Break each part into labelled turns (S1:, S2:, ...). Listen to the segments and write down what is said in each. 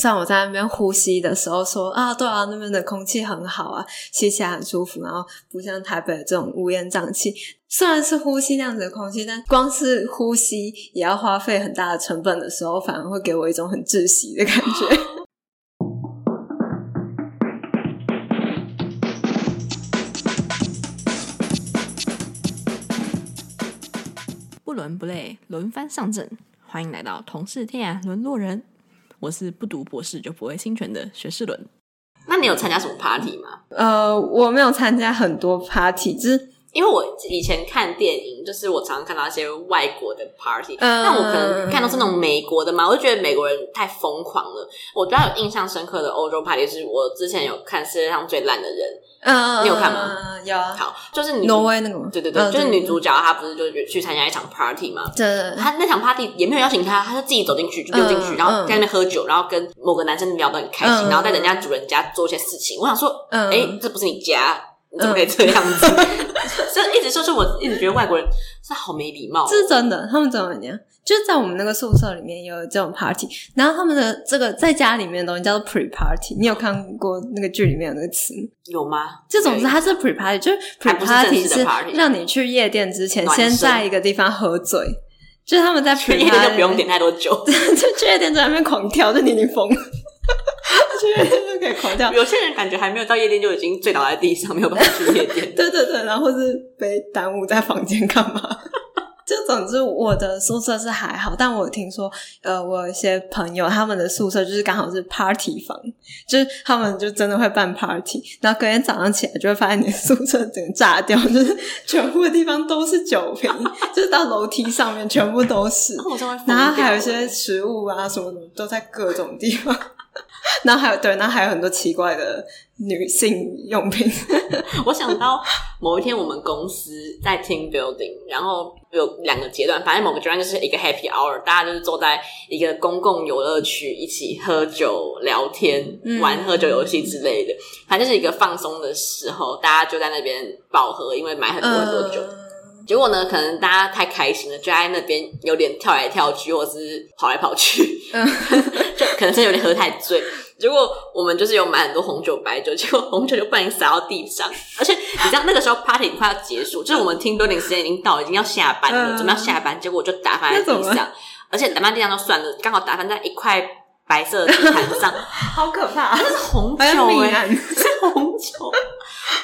S1: 像我在那边呼吸的时候说啊，对啊，那边的空气很好啊，吸起来很舒服，然后不像台北这种乌烟瘴气。虽然是呼吸那样子的空气，但光是呼吸也要花费很大的成本的时候，反而会给我一种很窒息的感觉。
S2: 不伦不类，轮番上阵。欢迎来到同是天涯沦落人，我是不读博士就不会侵权的学士伦。
S3: 那你有参加什么 party 吗？
S1: 呃，我没有参加很多 party，就是
S3: 因为我以前看电影，就是我常常看到一些外国的 party，、
S1: 嗯
S2: 呃
S3: 但我可能看都是那种美国的嘛，我就觉得美国人太疯狂了。我比较有印象深刻的欧洲 party 是我之前有看《世界上最烂的人
S1: 嗯，
S3: 你有看吗？
S1: 有啊，
S3: 好，就是女
S1: 挪威那个吗？
S3: 对对对，
S1: 嗯
S2: 呃
S3: 就是女主角她不是就是去参加一场 party 嘛，
S1: 对对对
S3: 她那场 party 也没有邀请她，她就自己走进去就溜进
S1: 嗯
S3: 去，然后在那边喝酒，然后跟某个男生聊得很开
S1: 嗯
S3: 心，然后在人家主人家做一些事情。我想说，
S1: 嗯
S3: 哎、这不是你家，你怎么可以这样子？ 就一直就是我一直觉得外国人是好没礼貌哦，
S1: 这是真的，他们怎么样？就是在我们那个宿舍里面也有这种 party，然后他们的这个在家里面的东西叫做 pre party，你有看过那个剧里面有那个词吗？
S3: 有吗？
S1: 这种是它是 pre party，就是 pre
S3: 还不是正
S1: party
S3: 式的
S1: 是
S3: party
S1: 让你去夜店之前
S3: 暖
S1: 先
S3: 身
S1: 在一个地方喝醉，就是他们在
S3: 去
S1: pre
S3: 夜店
S1: party。
S3: 就不用点太多酒
S1: 就去夜店在那边狂跳，就你已经疯了， 去夜店就可以狂跳，
S3: 有些人感觉还没有到夜店就已经醉倒在地上，没有办法去夜 店。
S1: 对对对，然后是被耽误在房间干嘛？ 就总之，我的宿舍是还好，但我有听说，呃，我有一些朋友他们的宿舍就是刚好是 party 房，就是他们就真的会办 party，然后隔天早上起来就会发现你的宿舍整个炸掉，就是全部的地方都是酒瓶， 就是到楼梯上面全部都是，
S3: 我真的会疯
S1: 然后还有一
S3: 掉
S1: 些食物啊什么的都在各种地方， 然后还有对，然后还有很多奇怪的女性用品，
S3: 我想到某一天我们公司在 team building，然后有两个阶段，反正某个阶段就是一个 happy hour，大家就是坐在一个公共游乐区一起喝酒、聊天、
S1: 嗯
S3: 玩喝酒游戏之类的，反正就是一个放松的时候，大家就在那边饱和，因为买很多很
S1: 呃嗯
S3: 多酒。结果呢，可能大家太开心了，就在那边有点跳来跳去，或是跑来跑去，
S1: 嗯
S3: 就可能是有点喝太醉。结果我们就是有买很多红酒、白酒，结果红酒就不小心洒到地上，而且你知道那个时候 party 已经快要结束，就是我们听 building 时间已经到，已经要下班了，
S1: 嗯
S3: 准备要下班，结果我就打翻在
S1: 那怎
S3: 地
S1: 么
S3: 上，而且打翻地上都算了，刚好打翻在一块白色的地毯 上，
S1: 好可怕、
S3: 这是红酒
S1: 好像命
S3: 哎、
S1: 案，
S3: 是红酒。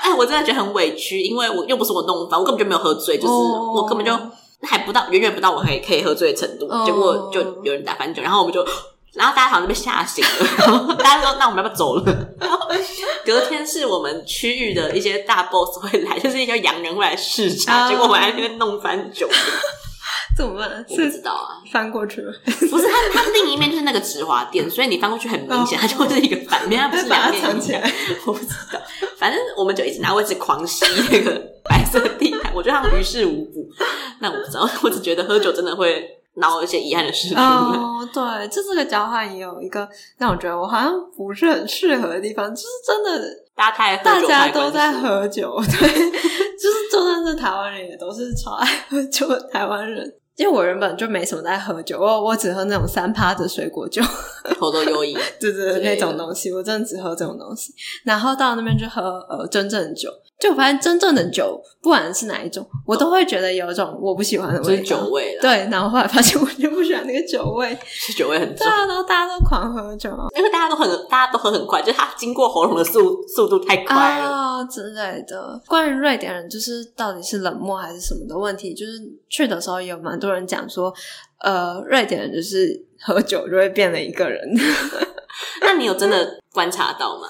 S3: 哎，我真的觉得很委屈，因为我又不是我弄翻，我根本就没有喝醉，就是
S1: 哦
S3: 我根本就还不到，远远不到我还可以喝醉的程度。
S1: 哦
S3: 结果就有人打翻酒，然后我们就，然后大家好像就被吓醒了，然后大家说那我们要不要走了？然后隔天是我们区域的一些大 boss 会来，就是一些洋人会来视察，
S1: 哦
S3: 结果我们还在那边弄翻酒，
S1: 怎么办？
S3: 我不知
S1: 是
S3: 道啊。
S1: 翻过去吗？
S3: 不是，它它另一面就是那个直滑垫，所以你翻过去很明显，它就会是一个反面，它不是
S1: 哦把
S3: 两
S1: 它
S3: 面
S1: 藏起来。
S3: 我不知道，反正我们就一直拿卫生纸狂吸那个白色地毯，我觉得他们于事无 补。那我不知道，我只觉得喝酒真的会闹一些遗憾的事情。
S1: 哦，对，就这个交换也有一个让我觉得我好像不是很适合的地方，就是真的
S3: 大家太爱喝
S1: 大
S3: 酒，
S1: 家都在
S3: 喝。
S1: 喝酒，对， 就是就算是台湾人也都是超爱喝酒的台湾人。因为我原本就没什么在喝酒，我我只喝那种三趴的水果酒，
S3: 头都优异，
S1: 对啊对
S3: 之
S1: 对，
S3: 类
S1: 那
S3: 的
S1: 种东西，我真的只喝这种东西。然后到那边就喝呃真正的酒，就我发现真正的酒，不管是哪一种，我都会觉得有一种我不喜欢的
S3: 就是
S1: 味道。
S3: 酒味啊了，
S1: 对，然后后来发现我就不喜欢那个酒 味，
S3: 是酒味很
S1: 对。
S3: 重
S1: 啊，然后大家都狂喝酒
S3: 因为大家都很，大家都喝很快，就是它经过喉咙的速速度太快了。
S1: 啊之类的。关于瑞典人，就是到底是冷漠还是什么的问题，就是去的时候有蛮多人讲说，呃，瑞典人就是喝酒就会变了一个 人。
S3: 那你有真的观察到吗？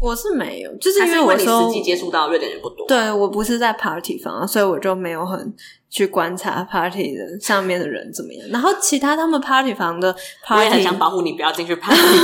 S1: 我是没有，就是
S3: 还
S1: 因
S3: 是
S1: 为
S3: 因
S1: 我
S3: 为你
S1: 说
S3: 实际接触到瑞典人不多，
S1: 对我不是在 party 房啊，所以我就没有很去观察 party 的上面的人怎么样。然后其他他们 party 房的
S3: 我也
S1: party
S3: 很想保护你，不要进去拍。你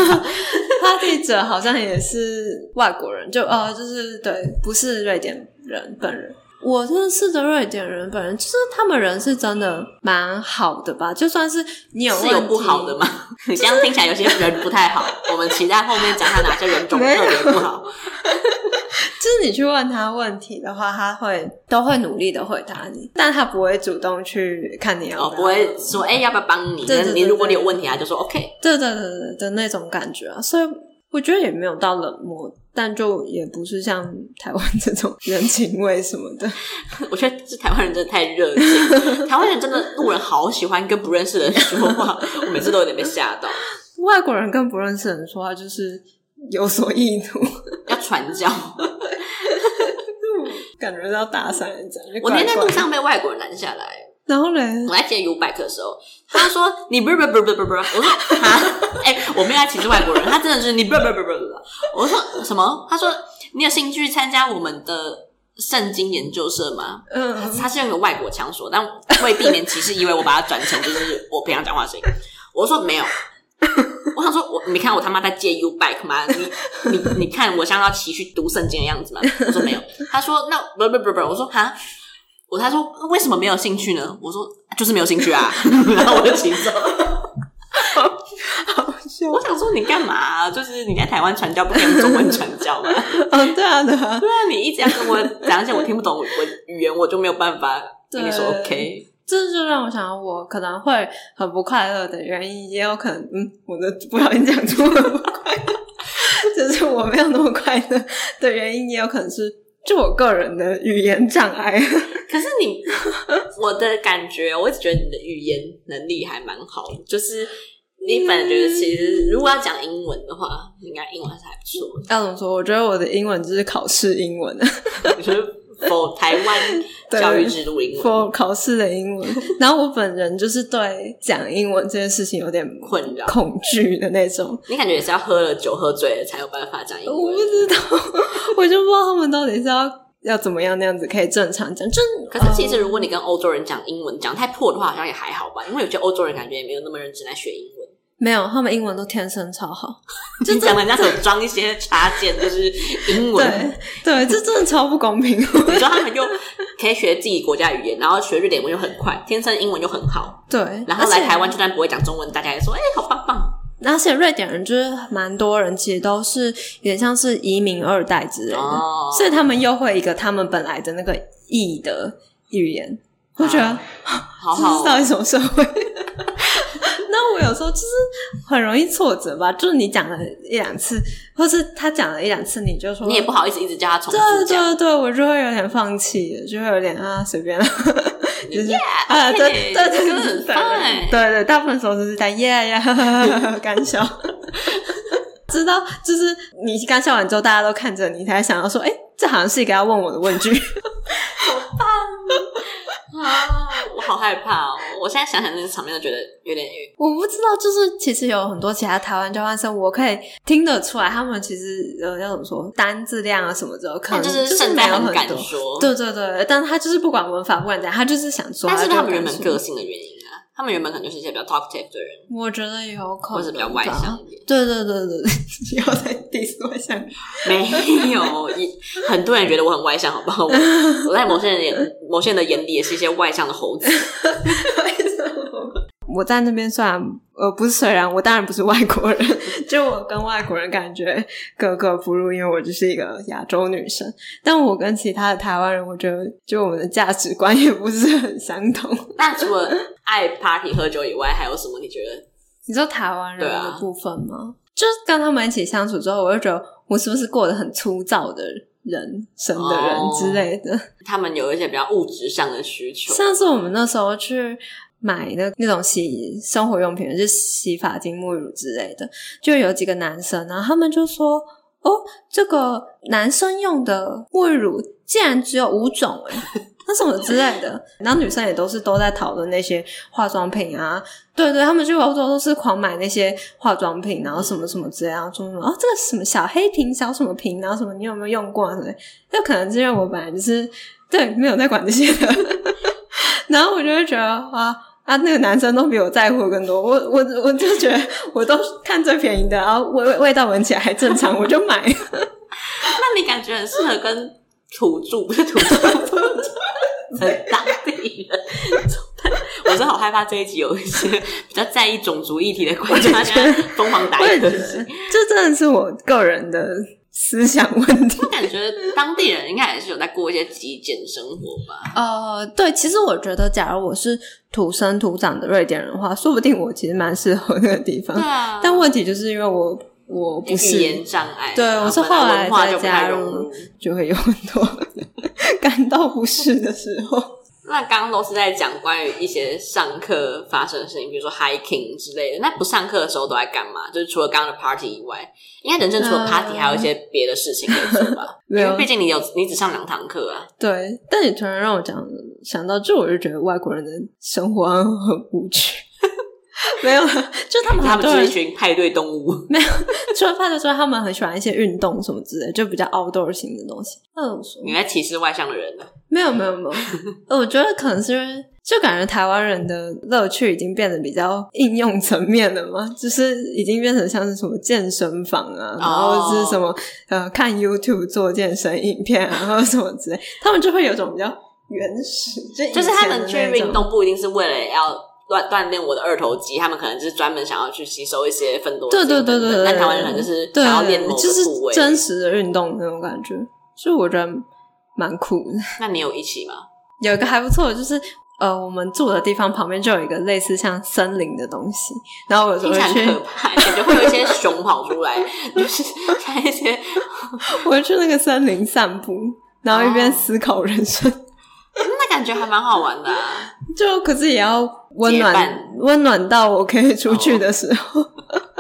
S1: party 者好像也是外国人，就呃，就是对，不是瑞典人本人。我认识的瑞典人本人，就是他们人是真的蛮好的吧，就算是你有
S3: 是有
S1: 问题
S3: 不好的吗？你这样听 起来有些人不太好，我们期待后面讲他哪些人种特别不好。
S1: 就是你去问他问题的话，他会都会努力的回答你，但他不会主动去看你要要
S3: 哦，不会说哎、要不要帮你？
S1: 啊对对
S3: 但
S1: 对
S3: 你如果你
S1: 对
S3: 有问题，他啊就说 OK。
S1: 对对对对的那种感觉啊，所以我觉得也没有到冷漠，但就也不是像台湾这种 人情味什么的。
S3: 我觉得这台湾人真的太热情， 台湾人真的路人好喜欢跟不认识的人说话，我每次都有点被吓到，
S1: 外国人跟不认识人说话就是有所意图，
S3: 要传 教。
S1: 感觉到搭讪人家。就
S3: 我
S1: 怪
S3: 那天在
S1: 怪
S3: 路
S1: 的，
S3: 上被外国人拦下来，
S1: 然后嘞，
S3: 我在接 U bike 的时候，他说你不不不不不不，我说哈，哎、我没有在歧视外国人，他真的是你不不不不不，我说什么？他说你有兴趣参加我们的圣经研究社吗？
S1: 嗯，
S3: 他是用一个外国腔说，但为避免歧视，以为我把它转成就是我平常讲话的声音。我说没有，我想说我你看我他妈在借 U bike 吗？你你你看我像要骑去读圣经的样子吗？我说没有。他说那不不不不，我说哈。我他说为什么没有兴趣呢？我说就是没有兴趣啊， 然后我就骑走。
S1: 好笑。
S3: 我想说你干嘛、啊就是你在台湾传教不可以用中文传教吗？
S1: 嗯，对啊，对啊，
S3: 对啊，你一直要跟我讲一些我听不懂我语言，我就没有办法跟你说
S1: 对
S3: OK。
S1: 这就让我想到，我可能会很不快乐的原因，也有可能，嗯，我的不小心讲出了不快乐，就是我没有那么快乐的原因，也有可能是就我个人的语言障碍。
S3: 可是 你，我的感觉，我一直觉得你的语言能力还蛮好的，就是你本来觉得其实如果要讲英文的话，应该英文还不错。
S1: 要怎么说？我觉得我的英文就是考试英文
S3: 我觉得否台湾
S1: 对
S3: 教育制度英
S1: ，for
S3: 文
S1: 考试的英文。然后我本人就是对讲英文这件事情有点
S3: 困扰，
S1: 恐惧的那种。
S3: 你感觉也是要喝了酒喝醉了才有办法讲英
S1: 我
S3: 文
S1: 不。知道，我就不知道他们到底是要要怎么样那样子可以正常讲。就
S3: 可是其实如果你跟欧洲人讲英文讲太破的话，好像也还好吧，因为有些欧洲人感觉也没有那么认真在学英文。
S1: 没有，他们英文都天生超好。
S3: 你讲人家手装一些插件，就是英文
S1: 对。对，这真的超不公平。哦
S3: 你知道他们又可以学自己国家语言，然后学瑞典文又很快，天生英文又很好，
S1: 对，
S3: 然后来
S1: 而
S3: 台
S1: 且，
S3: 湾就算不会讲中文，大家也说哎、好棒棒
S1: 而且瑞典人就是蛮多人，其实都是有点像是移民二代之类的，
S3: 哦。
S1: 所以他们又会一个他们本来的那个异的语言。我觉得
S3: 啊好
S1: 这是
S3: 好，
S1: 到底什么社会？ 那我有时候就是很容易挫折吧，就是你讲了一两次，或是他讲了一两次，你就说
S3: 你也不好意思一直叫他重复
S1: 对
S3: 讲，
S1: 对对，我就会有点放弃了，就会有点啊随 便了，就是
S3: Yeah，哎
S1: 啊对
S3: hey，
S1: 对对对
S3: good，
S1: 对对
S3: fine
S1: 对对，大部分时候都是在耶耶 干笑，直到就是你干笑完之后，大家都看着你，才想要说，哎，这好像是一个要问我的问句，
S3: 啊，我好害怕哦！我现在想想那个场面，都觉得有点晕。
S1: 我不知道，就是其实有很多其他台湾交换生，我可以听得出来，他们其实呃要怎么说，单字量啊什么的，可
S3: 但
S1: 能
S3: 就是
S1: 是
S3: 现
S1: 没
S3: 在
S1: 有很
S3: 敢
S1: 多。
S3: 说，
S1: 对对对，但他就是不管文法，不管怎样，他就是想说。啊
S3: 但是
S1: 就
S3: 不
S1: 是
S3: 他们原
S1: 敢
S3: 本
S1: 说
S3: 个性的原因啊，他们原本可能就是一些比较 talkative 的人，
S1: 我觉得有可能，
S3: 或是比较外向。一点。
S1: 对对对对对， 不要再 diss 外向。
S3: 没有，也很多人觉得我很外向，好不好？我我在某些人眼、某些人的眼里也是一些外向的猴子。
S1: 我在那边虽然呃不是虽然我当然不是外国人， 就我跟外国人感觉格格不入，因为我就是一个亚洲女生。但我跟其他的台湾人，我觉得就我们的价值观也不是很相同。
S3: 那除了爱 party 喝酒以外，还有什么你觉得？
S1: 你说台湾人
S3: 对啊
S1: 的部分吗？就是跟他们一起相处之后，我就觉得我是不是过得很粗糙的人生的人
S3: 哦
S1: 之类的。
S3: 他们有一些比较物质上的需求，
S1: 上次我们那时候去买那那种洗生活用品，就是洗发精、沐浴乳之类的，就有几个男生，然后他们就说：“哦，这个男生用的沐浴乳竟然只有五种哎、 那什么之类的， 然后女生也都是都在讨论那些化妆品啊，对对，他们去欧洲都是狂买那些化妆品，然后什么什么之类的，然后说什么哦，这个什么小黑瓶、小什么瓶，然后什么你有没有用过啊什么的？那可能是因为我本来就是对没有在管这些的，然后我就会觉得啊啊，那个男生都比我在乎更多，我我我就觉得我都看最便宜的，然后味味味道闻起来还正常，我就买。
S3: 那你感觉很适合跟土著，不是土著，很当地人。我是好害怕这一集有一些比较在意种族议题的观众，他现在疯狂 打
S1: 我也
S3: 一
S1: 觉
S3: 个
S1: 得，这真的是我个人的思想问题。
S3: 我感觉当地人应该还是有在过一些极简生活 吧。
S1: 呃，对，其实我觉得，假如我是土生土长的瑞典人的话，说不定我其实蛮适合那个地方。
S3: 对啊，
S1: 嗯但问题就是因为我我不
S3: 语言
S1: 是，
S3: 障碍，
S1: 对
S3: 然
S1: 我是
S3: 本来
S1: 后来
S3: 文化
S1: 再
S3: 就不太
S1: 加
S3: 融
S1: 入
S3: 入。
S1: 就会有很多 感到不适的时候。
S3: 那刚刚都是在讲关于一些上课发生的事情，比如说 hiking 之类的。那不上课的时候都在干嘛？就是除了刚刚的 party 以外，应该人生除了
S1: 嗯
S3: party 还有一些别的事情可以做吧？因
S1: 没有
S3: 为毕竟你有你只上两堂课啊。
S1: 对，但你突然让我讲想到这，我就觉得外国人的生活很无趣。 没有，就他们
S3: 他
S1: 很
S3: 们
S1: 多
S3: 就是
S1: 人
S3: 一群派对动物，
S1: 除了派对之外，他们很喜欢一些运动什么之类，就比较 outdoor 型的东西。那我说
S3: 你在歧视外向的人啊呢？
S1: 没有没有没有， 我觉得可能是因为就感觉台湾人的乐趣已经变得比较应用层面了嘛，就是已经变成像是什么健身房啊，
S3: 哦
S1: 然后是什么、呃看 YouTube 做健身影片啊，然后什么之类，他们就会有一种比较原始，就以
S3: 就是他
S1: 前的
S3: 们去
S1: 那种
S3: 运动不一定是为了要。锻锻炼我的二头肌，他们可能就是专门想要去吸收一些分多
S1: 对
S3: 精
S1: 对对
S3: 等
S1: 对
S3: 等
S1: 对，
S3: 但台湾人可能就是
S1: 对
S3: 想要练某
S1: 就
S3: 个
S1: 是
S3: 部位。
S1: 真实的运动那种感觉，所以我觉得蛮酷的。
S3: 那你有一起吗？
S1: 有一个还不错的，就是呃，我们住的地方旁边就有一个类似像森林的东西，然后我有时
S3: 听
S1: 候
S3: 起来
S1: 会
S3: 很可
S1: 去，
S3: 怕，感觉会有一些熊跑出来，就是像一些
S1: 我会去那个森林散步，然后一
S3: 哦
S1: 边思考人生，
S3: 那感觉还蛮好玩的、啊。
S1: 就可是也要温
S3: 结
S1: 暖
S3: 伴哦
S1: 温暖到我可以出去的时候。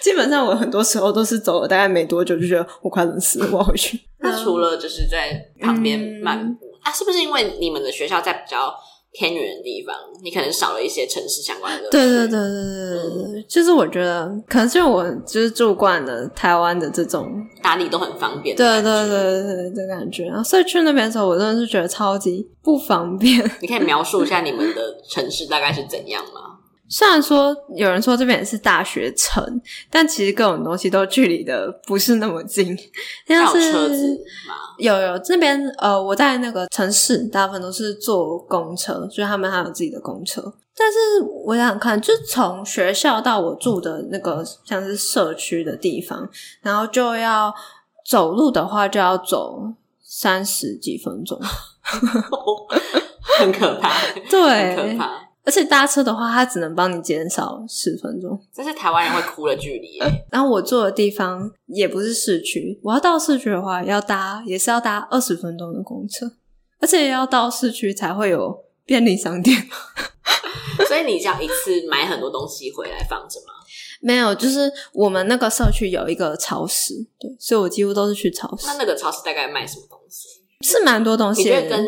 S1: 基本上我很多时候都是走了大概没多久就觉得我快冷死了，我要回去。
S3: 那除了就是在旁边
S1: 嗯
S3: 漫步、啊，是不是因为你们的学校在比较偏远的地方，你可能少了一些城市相关的
S1: 嗯
S3: 乐趣？
S1: 对对对
S3: 嗯
S1: 对对对对，就是我觉得可能是因为我就是住惯了台湾的这种
S3: 哪里都很方便。
S1: 对对，对对对的感觉啊！所以去那边的时候，我真的是觉得超级不方便。
S3: 你可以描述一下你们的城市大概是怎样吗？
S1: 虽然说有人说这边也是大学城，但其实各种东西都距离的不是那么近，像
S3: 还有
S1: 是
S3: 车子吗？
S1: 有有这边呃，我在那个城市，大部分都是坐公车，就是他们还有自己的公车。但是我想想看，就是从学校到我住的那个像是社区的地方，然后就要走路的话，就要走三十几分钟。
S3: 很可怕，
S1: 对，
S3: 很可怕。
S1: 而且搭车的话，它只能帮你减少十分钟。
S3: 这是台湾人会哭的距离耶，
S1: 然后我住的地方也不是市区，我要到市区的话，要搭也是要搭二十分钟的公车，而且要到市区才会有便利商店。
S3: 所以你这样一次买很多东西回来放着吗？
S1: 没有，就是我们那个社区有一个超市，对，所以我几乎都是去超市
S3: 那，那个超市大概卖什么东西？
S1: 是蛮多东
S3: 你
S1: 西
S3: 觉得
S1: 的，
S3: 跟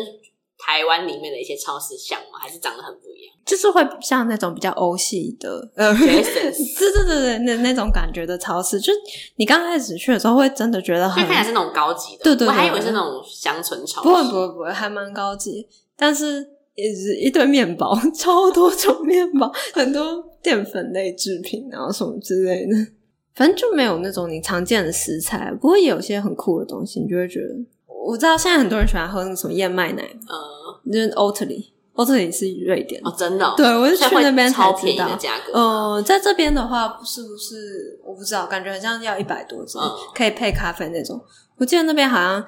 S3: 台湾里面的一些超市像吗？还是长得很不一 样
S1: 就是会像那种比较欧系的，呃，
S3: ？Jasons，
S1: 对对对对，那那种感觉的超市，就是你刚开始去的时候会真的觉得
S3: 就
S1: 很
S3: 看起来是那种高级的，
S1: 对对对
S3: 我还以为是那种乡村超市。
S1: 不会不会不会，还蛮高级，但是也是一堆面包， 超多种面包，很多淀粉类制品，然后什么之类的，反正就没有那种你常见的食材。不过也有些很酷的东西，你就会觉得，我知道现在很多人喜欢喝那个什么燕麦奶，
S3: 呃，
S1: 就是 Oatly，Oatly 是瑞典的
S3: 哦，真的哦、
S1: 对我是
S3: 所以
S1: 去
S3: 会
S1: 那边才
S3: 超
S1: 知
S3: 便宜
S1: 道
S3: 的价格。
S1: 呃，在这边的话，是不是我不知道，感觉很像要一百多之类
S3: 嗯
S1: 可以配咖啡那种。我记得那边好像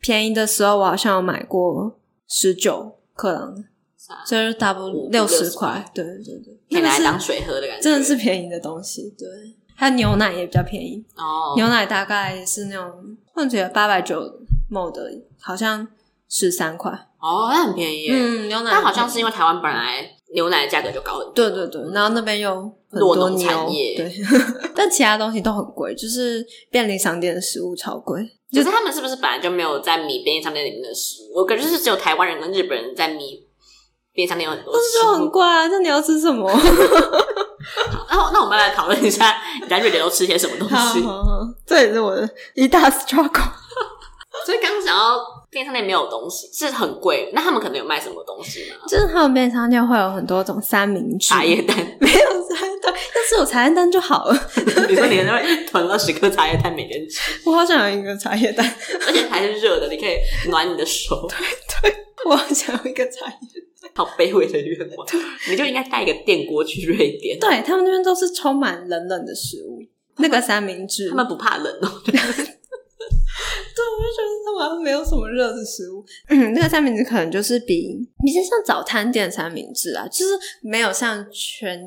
S1: 便宜的时候，我好像有买过十九克朗，
S3: 啥
S1: 就是大不
S3: 五
S1: 六十
S3: 60
S1: 块
S3: 块。
S1: 对对对，
S3: 可以
S1: 那
S3: 拿来
S1: 个
S3: 当
S1: 是
S3: 水喝的感觉，
S1: 真的是便宜的东西。对，还有牛奶也比较便宜，
S3: 哦。
S1: 牛奶大概也是那种混血八百九某的，好像十三块。
S3: 哦，那很便宜耶。
S1: 嗯，牛奶
S3: 但好像是因为台湾本来牛奶的价格就高很多，
S1: 对对对，然后那边有很多
S3: 落
S1: 牛
S3: 农产业
S1: 对， 但其他东西都很贵，就是便利商店的食物超贵。
S3: 可是他们是不是本来就没有在米便利商店里面的食物？我感觉是只有台湾人跟日本人在米便利商店有很多
S1: 但是
S3: 食
S1: 就
S3: 物
S1: 很。贵啊！那你要吃什么？
S3: 然后，那我们来讨论一下你在瑞典都吃些什么东
S1: 好
S3: 西。
S1: 好好，这也是我的一大 struggle。
S3: 所以刚刚讲到便利商店没有东西是很贵，那他们可能有卖什么东西吗？
S1: 就是他们便利商店会有很多种三明治，
S3: 茶叶蛋，
S1: 没有茶叶蛋，但是有茶叶蛋就好了。
S3: 你说你在那边囤二十颗茶叶蛋每天吃，
S1: 我好想要一个茶叶蛋，
S3: 而且还是热的，你可以暖你的手，
S1: 我好想要一个茶叶蛋。
S3: 好卑微的愿望。你就应该带一个电锅去瑞典，
S1: 对他们那边都是充满冷冷的食物，那个三明治
S3: 他们不怕冷哦。
S1: 像没有什么热的食物。嗯，那个三明治可能就是比比较像早餐店三明治啊，就是没有像全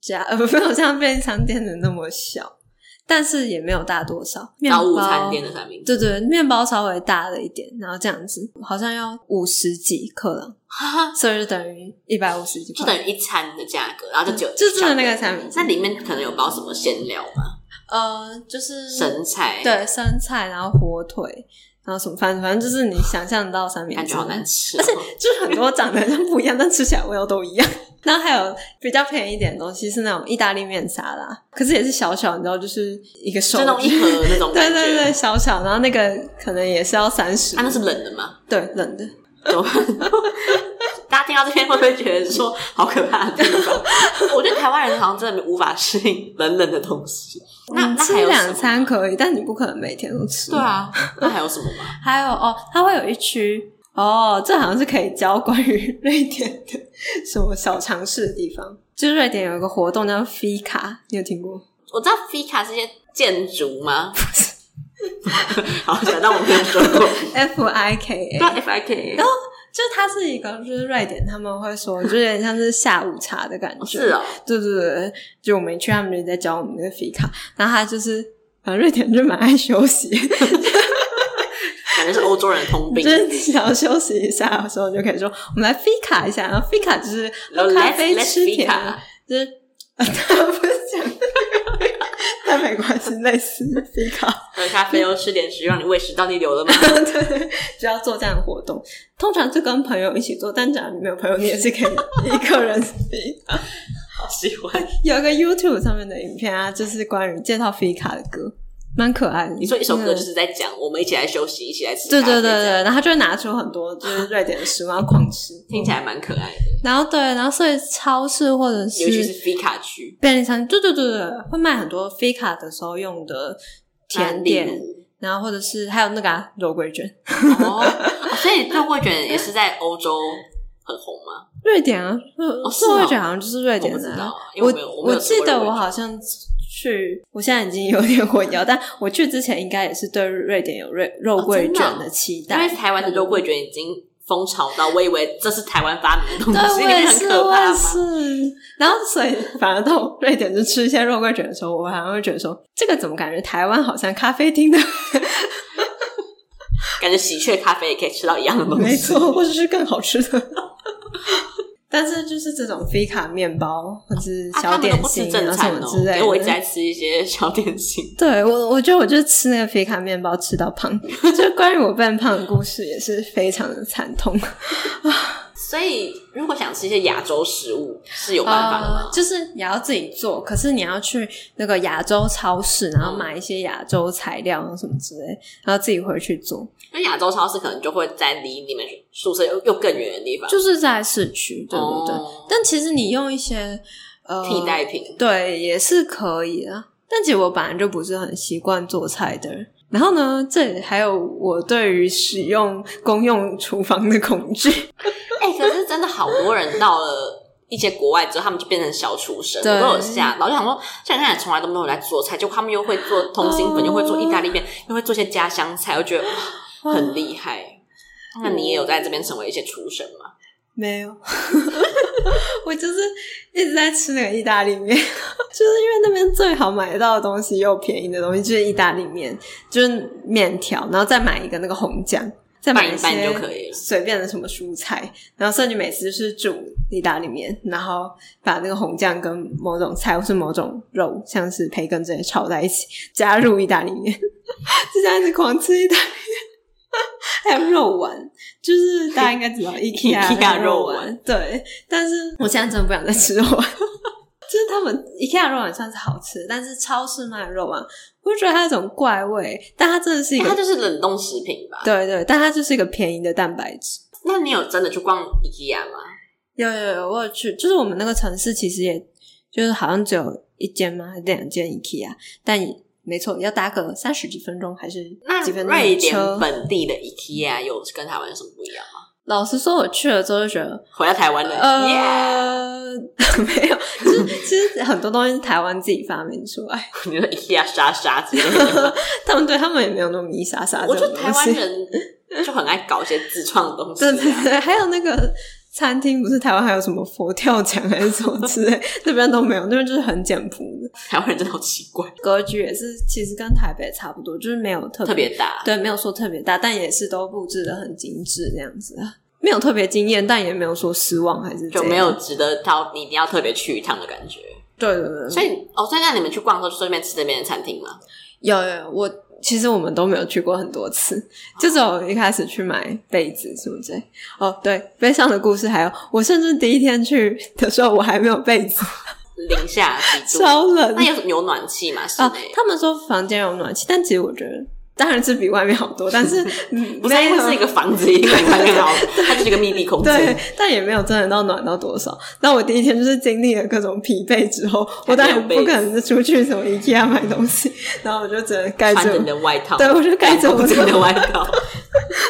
S1: 家呃没有像便利商店的那么小，但是也没有大多少。面
S3: 早
S1: 包
S3: 午餐店的三明治，
S1: 对对，面包稍微大了一点，然后这样子好像要五十几克了，所以就等于一百五十几
S3: 就
S1: 克。
S3: 等于一餐的价格，然后就只有
S1: 就只有那个
S3: 一小
S1: 三明治
S3: 那里面可能有包什么馅料吗？
S1: 呃，就是
S3: 生菜，，
S1: 对生菜，然后火腿，然后什么反正反正就是你想象得到三明
S3: 感
S1: 治，
S3: 觉好难吃哦，
S1: 而且就是很多长得像不一样，但吃起来味道都一样。 然后还有比较便宜一点的东西是那种意大利面沙拉，可是也是小小，你知道，就是一个手
S3: 就那种一盒那种
S1: 对
S3: 感觉啊
S1: 对对，，小小，然后那个可能也是要三十、
S3: 它那是冷的吗？
S1: 对冷的，
S3: 有大家听到这边会不会觉得说好可怕的地 方？我觉得台湾人好像真的无法适应冷冷的东西。那
S1: 嗯
S3: 那
S1: 吃
S3: 还有什
S1: 两
S3: 么
S1: 餐可以，但你不可能每天都吃。
S3: 对，啊， 那还有什么吗？
S1: 还有哦，它会有一区哦，这好像是可以教关于瑞典的什么小尝试的地方。就是瑞典有一个活动叫 Fika，你有听过？
S3: 我知道 Fika 是一些建筑吗？ 好，想到我没有说过，哦
S1: F I K A，
S3: 对 F I K，然后
S1: 就它是一个，就是瑞典他们会说，就是有点像是下午茶的感觉。
S3: 是哦，
S1: 对对对，就我们去，他们就在教我们那个 Fika，然后他就是，反正瑞典人就蛮爱休息，
S3: 感觉是欧洲人的通病
S1: 就。是你想要休息一下的时候，你就可以说我们来 Fika 一下，然后 Fika 就是
S3: 然后
S1: 喝咖
S3: let's-
S1: 啡
S3: let's
S1: 吃甜
S3: Fika
S1: 的，就是呃不是讲这个，但没关系，类似 Fika。
S3: 喝咖啡又吃点食，让你胃食道逆流了吗？
S1: 对，只要做这样的活动，通常是跟朋友一起做，但假如你没有朋友，你也是可以一个人 Fika。
S3: 好喜欢。
S1: 有一个 YouTube 上面的影片啊，就是关于介绍 Fika 的歌，蛮可爱的。
S3: 你说一首歌
S1: 嗯
S3: 就是在讲我们一起来休息，一起来吃。
S1: 对对对对，，然后他就会拿出很多就是瑞典的食物然后狂吃，
S3: 听起来蛮可爱的。
S1: 然后对，然后所以超市或者
S3: 尤其是 Fika 区
S1: 便利商店，对对对对，会卖很多 Fika 的时候用的甜
S3: 啊那例
S1: 点，
S3: 如
S1: 然后或者是还有那个、啊、肉桂卷，
S3: 哦，哦所以肉桂卷也是在欧洲很红吗？
S1: 瑞典啊，肉
S3: 是
S1: 肉
S3: 哦
S1: 桂卷好像就是瑞
S3: 我不
S1: 典
S3: 知
S1: 的啊、
S3: 道，因为
S1: 我
S3: 没有，我没
S1: 我
S3: 有吃
S1: 记
S3: 过
S1: 得
S3: 肉桂
S1: 我
S3: 卷
S1: 好像去，我现在已经有点混淆，但我去之前应该也是对瑞典有瑞肉桂
S3: 真的哦
S1: 卷的期
S3: 因
S1: 待。
S3: 为台湾的肉桂卷已经风潮到，我以为这是台湾发明的东
S1: 对，
S3: 西，
S1: 我
S3: 你
S1: 也
S3: 们很
S1: 是，
S3: 可
S1: 我
S3: 怕
S1: 也
S3: 吗？
S1: 是。然后，所以反而到瑞典就吃一些肉桂卷的时候，我好像会觉得说，这个怎么感觉台湾好像咖啡厅 的，
S3: 感觉喜鹊咖啡也可以吃到一样的东
S1: 没
S3: 西。
S1: 错，或者是更好吃的。 但是就是这种菲卡面包或者是
S3: 啊，
S1: 小
S3: 他们
S1: 点
S3: 都不
S1: 心
S3: 吃
S1: 啊
S3: 正
S1: 什
S3: 餐
S1: 么
S3: 哦
S1: 之，类
S3: 因为我一直
S1: 的
S3: 在，吃一些小点心。
S1: 对我我觉得我就是吃那个菲卡面包吃到胖，就关于我变胖的故事也是非常的惨 痛。
S3: 所以，如果想吃一些亚洲食物，是有办法的
S1: 呃
S3: 吗？
S1: 就是也要自己做，可是你要去那个亚洲超市，然后买一些亚洲材料什么之类，然后自己回去做。
S3: 因为亚洲超市可能就会在离你们宿舍又又更远的地方，
S1: 就是在市区，对对对。
S3: 哦
S1: 但其实你用一些呃
S3: 替代，品。
S1: 对也是可以的。但其实我本来就不是很习惯做菜的人。然后呢，这里还有我对于使用公用厨房的恐惧。
S3: 哎、可是真的好多人到了一些国外之后，他们就变成小厨神，
S1: 对
S3: 我都有吓到。就想说，像人家也从来都没有来做菜，就他们又会做通心粉，
S1: 哦
S3: 又会做意大利面，又会做一些家乡菜，我觉得哇很厉害。那你也有在这边成为一些厨神吗？
S1: 没有， 我就是一直在吃那个意大利面， 就是因为那边最好买到的东西又便宜的东西就是意大利面，就是面条，然后再买一个那个红酱，再买
S3: 拌一
S1: 些
S3: 拌就可以了
S1: 随便的什么蔬菜，然后所以你每次就是煮意大利面，然后把那个红酱跟某种菜或是某种肉，像是培根之类炒在一起，加入意大利面，就这样子狂吃意大利 面，还有肉丸。就是大家应该知道 IKEA 那
S3: IKEA
S1: 个
S3: 肉
S1: 肉
S3: 丸
S1: 丸，对。但是我现在真的不想再吃肉丸， 就是他们 IKEA 肉丸算是好吃，但是超市卖的肉丸，我就觉得它有一种怪味，但它真的是一
S3: 欸
S1: 个，
S3: 它就是冷冻食品吧？
S1: 对对，但它就是一个便宜的蛋白质。
S3: 那你有真的去逛 IKEA 吗？
S1: 有有有，我有去，就是我们那个城市其实也就是好像只有一间吗？还是两间 IKEA？但没错，要搭个三十几分钟还是
S3: 那
S1: 几分钟
S3: 瑞
S1: 的
S3: 典
S1: 车？
S3: 本地的 IKEA 有跟台湾有什么不一样吗？
S1: 老实说，我去了之后就觉得
S3: 回到台湾了，耶、
S1: 呃， 没有，就是其实很多东西是台湾自己发明出来，
S3: 你说一呀莎莎之类的，
S1: 他们对他们也没有那啊么迷傻傻。
S3: 我觉得台湾，人就很爱搞一些自创的东西、
S1: 对
S3: 啊。
S1: 对对，还有那个餐厅，不是台湾还有什么佛跳墙还是什么之类， 那边都没有，那边就是很简朴的
S3: 台湾人真的好奇怪，
S1: 格局，也是其实跟台北差不多，就是没有特
S3: 特别大。
S1: 对，没有说特别大，但也是都布置的很精致这样子啊，没有特别惊艳，但也没有说失望还是
S3: 就
S1: 怎
S3: 没
S1: 样
S3: 有值得到你一定要特别去一趟的感觉，
S1: 对对对，
S3: 所以哦，所以那你们去逛的时候就顺便吃那边的餐厅嘛？
S1: 有有有我其实我们都没有去过很多次，就只有一开始去买被子什么之类。哦，对，悲伤的故事还有，我甚至第一天去的时候我还没有被子，
S3: 零下 几度，
S1: 超冷
S3: 那有有暖气嘛？室
S1: 啊
S3: 内、！
S1: 他们说房间有暖气，但其实我觉得当然是比外面好多，但 是嗯
S3: 不是啊因为是一个房子，因为外面好，它就是一个密闭 空
S1: 对
S3: 间。，
S1: 但也没有真的到暖到多少。那我第一天就是经历了各种疲惫之后，我当然
S3: 还没有被
S1: 不可能出去什么 IKEA 买东西，然后我就只能盖
S3: 穿着
S1: 着
S3: 你的外套，
S1: 对我就盖着我的
S3: 自己的外 套，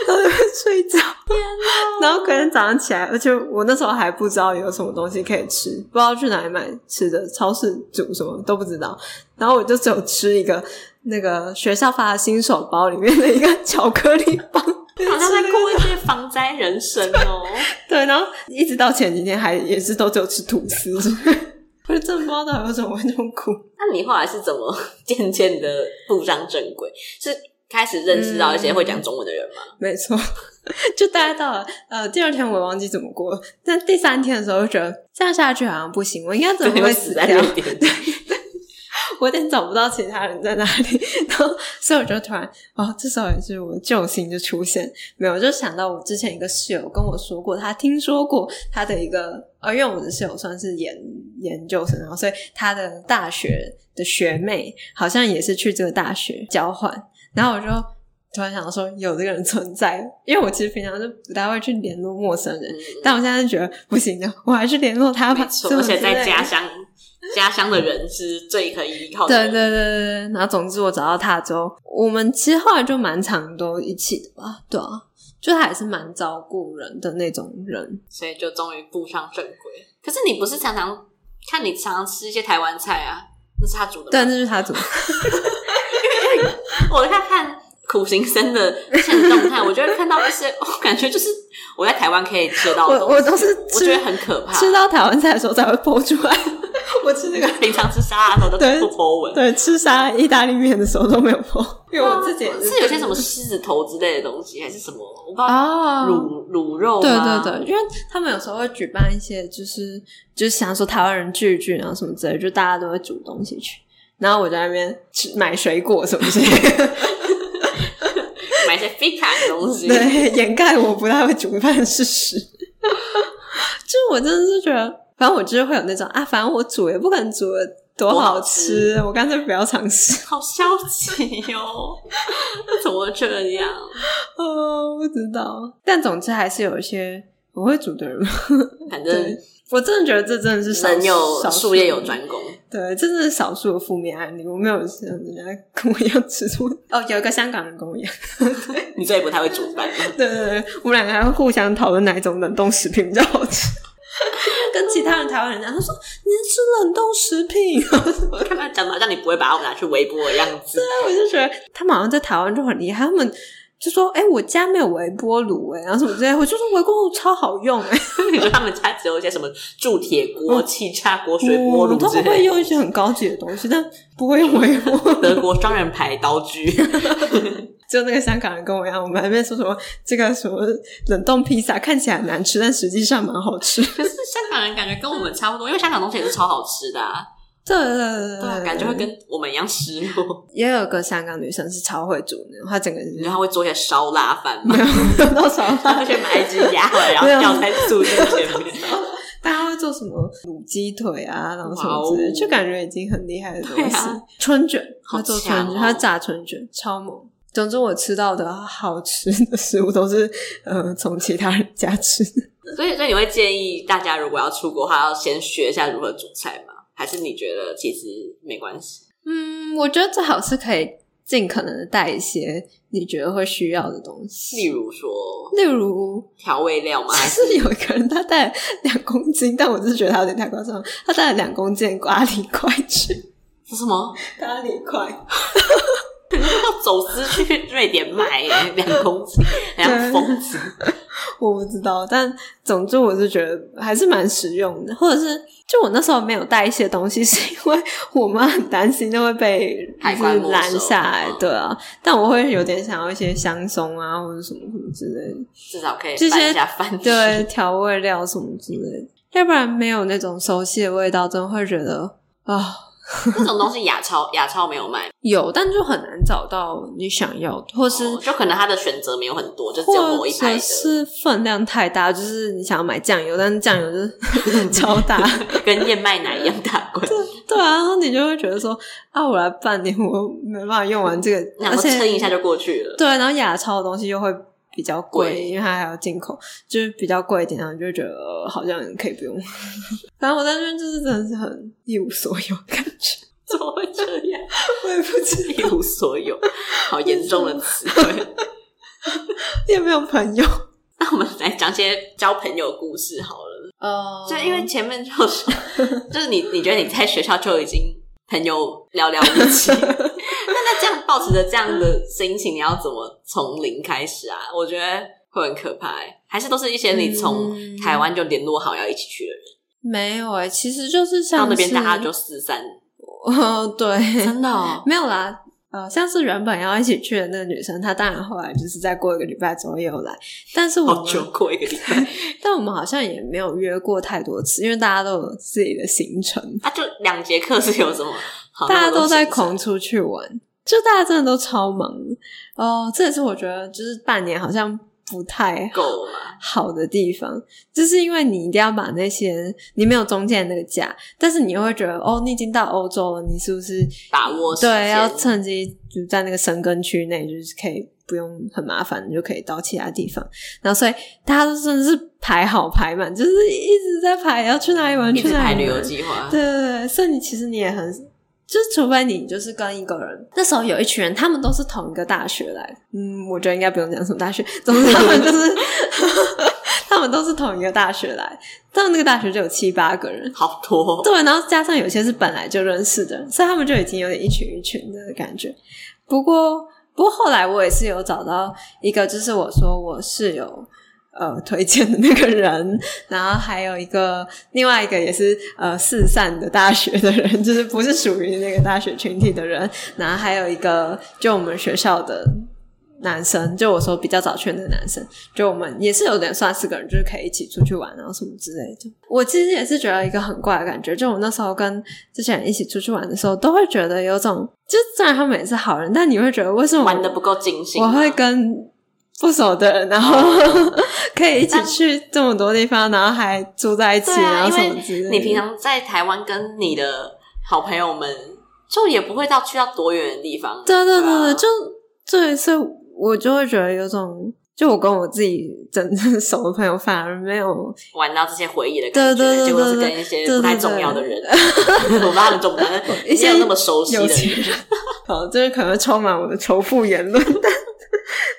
S1: 然后就睡觉。天哪！ 然后隔天早上起来，而且我那时候还不知道有什么东西可以吃，不知道去哪里买吃的，超市煮什么都不知道。然后我就只有吃一个那个学校发的新手包里面的一个巧克力棒，
S3: 好像在过一些防灾人生哦。
S1: 对，然后一直到前几天还也是都只有吃吐司。我就真的不知道到底为什么会那么苦，
S3: 那你后来是怎么渐渐的步上正轨？是开始认识到一些会讲中文的人吗？
S1: 没错，就大概到了呃第二天我忘记怎么过了，但第三天的时候就觉得这样下去好像不行，我应该怎么
S3: 你
S1: 会
S3: 会
S1: 死
S3: 死
S1: 掉
S3: 在？瑞典？
S1: 我有点找不到其他人在哪里， 然后所以我就突然，哦，这时候也是我的救星就出现，没有，我就想到我之前一个室友跟我说过，他听说过他的一个，呃，因为我的室友算是研研究生，然后所以他的大学的学妹好像也是去这个大学交换，然后我就突然想到说有这个人存在，因为我其实平常就不太会去联络陌生人， 但我现在就觉得不行了，我还是联络他 吧
S3: 没，错
S1: 什么
S3: 而且
S1: 之类
S3: 在
S1: 的
S3: 家乡，家乡的人是最可以依靠的
S1: 对
S3: 人。
S1: 对对对对，然后总之我找到他之后，我们其实后来就蛮常都一起的吧，对啊，就他也是蛮照顾人的那种人。
S3: 所以就终于步上正轨。可是你不是常常看你常常吃一些台湾菜啊？那是他煮的吗？
S1: 对，那就是他主，
S3: 我在看苦行僧的现动态，我就会看到一些，我感觉就是我在台湾可以吃得到的
S1: 我
S3: 东西
S1: 我都是
S3: 我
S1: 吃
S3: 觉得很可怕。
S1: 吃到台湾菜的时候才会剖出来。 我吃那个，
S3: 平常吃沙拉的时候
S1: 对
S3: 都不剖 文，
S1: 对，吃沙拉意大利面的时候都没有剖，因为我自己也
S3: 是有些什么狮子头之类的东西，还是什么我不知道
S1: 啊
S3: 卤卤肉
S1: 对
S3: 吗
S1: 对对，因为他们有时候会举办一些，就是就是想说台湾人聚一聚，然后什么之类，就大家都会煮东西去。然后我在那边吃买水果什么之类的，
S3: 买一些 fika 的东西，
S1: 对， 掩盖我不太会煮饭的事实。 就是我真的是觉得，反正我就是会有那种啊，反正我煮也不可能煮的多好吃，我干脆不要尝试。
S3: 好消极哦！怎么会这样？
S1: 哦，不知道，但总之还是有一些我会煮的人嘛。
S3: 反
S1: 对
S3: 正，
S1: 我真的觉得这真的是少
S3: 人有
S1: 少
S3: 术业有
S1: 数
S3: 专攻，
S1: 对，这是少数的负面案例。我没有人家跟我一样吃醋。哦，有一个香港人跟我一样。
S3: 你最不太会煮 饭吗？
S1: 对对对，我们两个还会互相讨论哪一种冷冻食品比较好吃。 跟其他人台湾人讲，他说你吃冷冻食品，
S3: 我看他讲的好像你不会把它拿去微波的样子，
S1: 我就觉得他们好像在台湾就很厉害，他们。就说，哎、我家没有微波炉，哎，然后什么之类的，我就说微波炉超好用，哎，
S3: 你说他们家只有一些什么铸铁锅、气炸锅、水波炉
S1: 嗯他
S3: 之
S1: 们
S3: 类
S1: 会
S3: 的。
S1: 用一些很高级的东西，但不会用微波炉。
S3: 德国双人牌刀具，
S1: 就那个香港人跟我一样，我们还在说什么这个什么冷冻披萨看起来很难吃，但实际上蛮好吃。
S3: 可是香港人感觉跟我们差不多，因为香港东西也是超好吃的、啊，
S1: 对对对
S3: 对啊，感觉会跟我们一样失落。
S1: 也有个香港女生是超会煮的，她整个人
S3: 你知道她会做一些烧腊饭 吗？
S1: 就到手
S3: 他
S1: 了。
S3: 会去买一只鸭回来，然后
S1: 没有
S3: 吊在塑身前面。
S1: 大家会做什么卤鸡腿啊，然后什么
S3: 哇哦
S1: 之类的，就感觉已经很厉害的东西。
S3: 对啊
S1: 春卷，
S3: 好
S1: 她做春
S3: 强
S1: 卷，
S3: 哦
S1: 她炸春卷超猛。总之，我吃到的好吃的食物都是 呃从其他人家吃的。
S3: 所以，所以你会建议大家如果要出国的话，要先学一下如何煮菜吗？还是你觉得其实没关系？
S1: 嗯，我觉得最好是可以尽可能的带一些你觉得会需要的东西。
S3: 例如说
S1: 例如，
S3: 调味料嘛，还 是
S1: 是有一个人他带了两公斤，但我就是觉得他有点太夸张了。他带了两公斤的咖喱块去，
S3: 是什么？
S1: 咖喱块，
S3: 要走私去瑞典买欸两公斤，很像疯子。
S1: 我不知道，但总之我是觉得还是蛮实用的。或者是，就我那时候没有带一些东西， 是因为我妈很担心那会 被
S3: 海
S1: 就
S3: 关
S1: 是
S3: 没收
S1: 拦下来
S3: 嗯，
S1: 对啊。但我会有点想要一些香松啊，或者什么什么之类的。
S3: 至少可以
S1: 这
S3: 拌
S1: 些
S3: 一下饭吃。
S1: 对调味料什么之类的，要不然没有那种熟悉的味道，真的会觉得啊。
S3: 那种东西亚超亚超没有卖，
S1: 有，但就很难找到你想要的，或是、
S3: 哦就可能它的选择没有很多，就只有某
S1: 或
S3: 一排
S1: 者
S3: 的。
S1: 是分量太大，就是你想要买酱油，但是酱油就是 超大，
S3: 跟燕麦奶一样大罐，
S1: 对啊，然后你就会觉得说啊，我来半年我没办法用完这 个，
S3: 然
S1: 而
S3: 后
S1: 且
S3: 撑一下就过去了。
S1: 对，然后亚超的东西又会比较贵，
S3: 贵
S1: 因为它还要进口，就是比较贵一点，然后你就会觉得、呃好像可以不用。 反正我在那边就是真的是很一无所有的感觉，
S3: 怎么会这样？
S1: 我也不知
S3: 一无所有，好严重的词汇。
S1: 也没有朋 友，
S3: 那我们来讲些交朋友的故事好了。
S1: 呃
S3: 就因为前面就说， 就是你你觉得你在学校就已经很有寥寥无 几，那那这样保持着这样的心情，你要怎么从零开始啊？我觉得会很可怕、欸，还是都是一些你从
S1: 嗯
S3: 台湾就联络好要一起去的人，
S1: 没有哎、其实就是像
S3: 到那边
S1: 是
S3: 大家就四散，
S1: 呃对，
S3: 真的、哦。
S1: 没有啦，呃，像是原本要一起去的那个女生，她当然后来就是再过一个礼拜之后又来，但是我
S3: 好
S1: 们，
S3: 久过一个礼拜，
S1: 但我们好像也没有约过太多次，因为大家都有自己的行程，
S3: 啊，就两节课是有什么？好
S1: 大家都在，
S3: 啊那我
S1: 狂出去玩，就大家真的都超忙的哦、这也是我觉得就是半年好像不太
S3: 就够了嘛？
S1: 好的地方，就是因为你一定要把那些你没有中间的那个假，但是你又会觉得哦，你已经到欧洲了，你是不是
S3: 把握时间
S1: 对，要趁机就在那个生根区内，就是可以不用很麻烦，你就可以到其他地方。然后所以大家都真的是排好排满，就是一直在排要去哪里玩，
S3: 一
S1: 去
S3: 直
S1: 哪
S3: 排
S1: 里
S3: 旅
S1: 玩
S3: 游计划，
S1: 对对对，所以你其实你也很，就是除非你就是跟一个人，那时候有一群人，他们都是同一个大学来的，嗯，我觉得应该不用讲什么大学， 总之他们就是 他们都是同一个大学来，他们那个大学就有七八个人。
S3: 好多哦、
S1: 对，然后加上有些是本来就认识的人，所以他们就已经有点一群一群的感觉。不过，不过后来我也是有找到一个，就是我说我室友呃推荐的那个人，然后还有一个另外一个也是呃四散的大学的人，就是不是属于那个大学群体的人，然后还有一个就我们学校的。男生就我说比较早去的那个男生，就我们也是有点算四个人，就是可以一起出去玩，然啊后什么之类的。我其实也是觉得一个很怪的感觉，就我那时候跟这些人一起出去玩的时候，都会觉得有种，就虽然他们也是好人，但你会觉得为什么
S3: 玩的不够尽兴
S1: 我
S3: 啊，
S1: 会跟不熟的人，然后 可以一起去这么多地方，然后还住在一起，
S3: 对
S1: 然后
S3: 啊，因
S1: 什
S3: 为
S1: 么之类的。
S3: 你平常在台湾跟你的好朋友们，就也不会到去到多远的地方。
S1: 对对对
S3: 对啊
S1: 对，就对，所以我就会觉得有种，就我跟我自己真正熟的朋友反而没有
S3: 玩到这些回忆的感觉，
S1: 对对对
S3: 结果都是
S1: 对
S3: 跟一些不太重要的人， 我不知道他们重不重要，但
S1: 一些
S3: 没有那么熟悉
S1: 有
S3: 的
S1: 钱
S3: 人。
S1: 人， 好，这可能充满我的仇富言论，但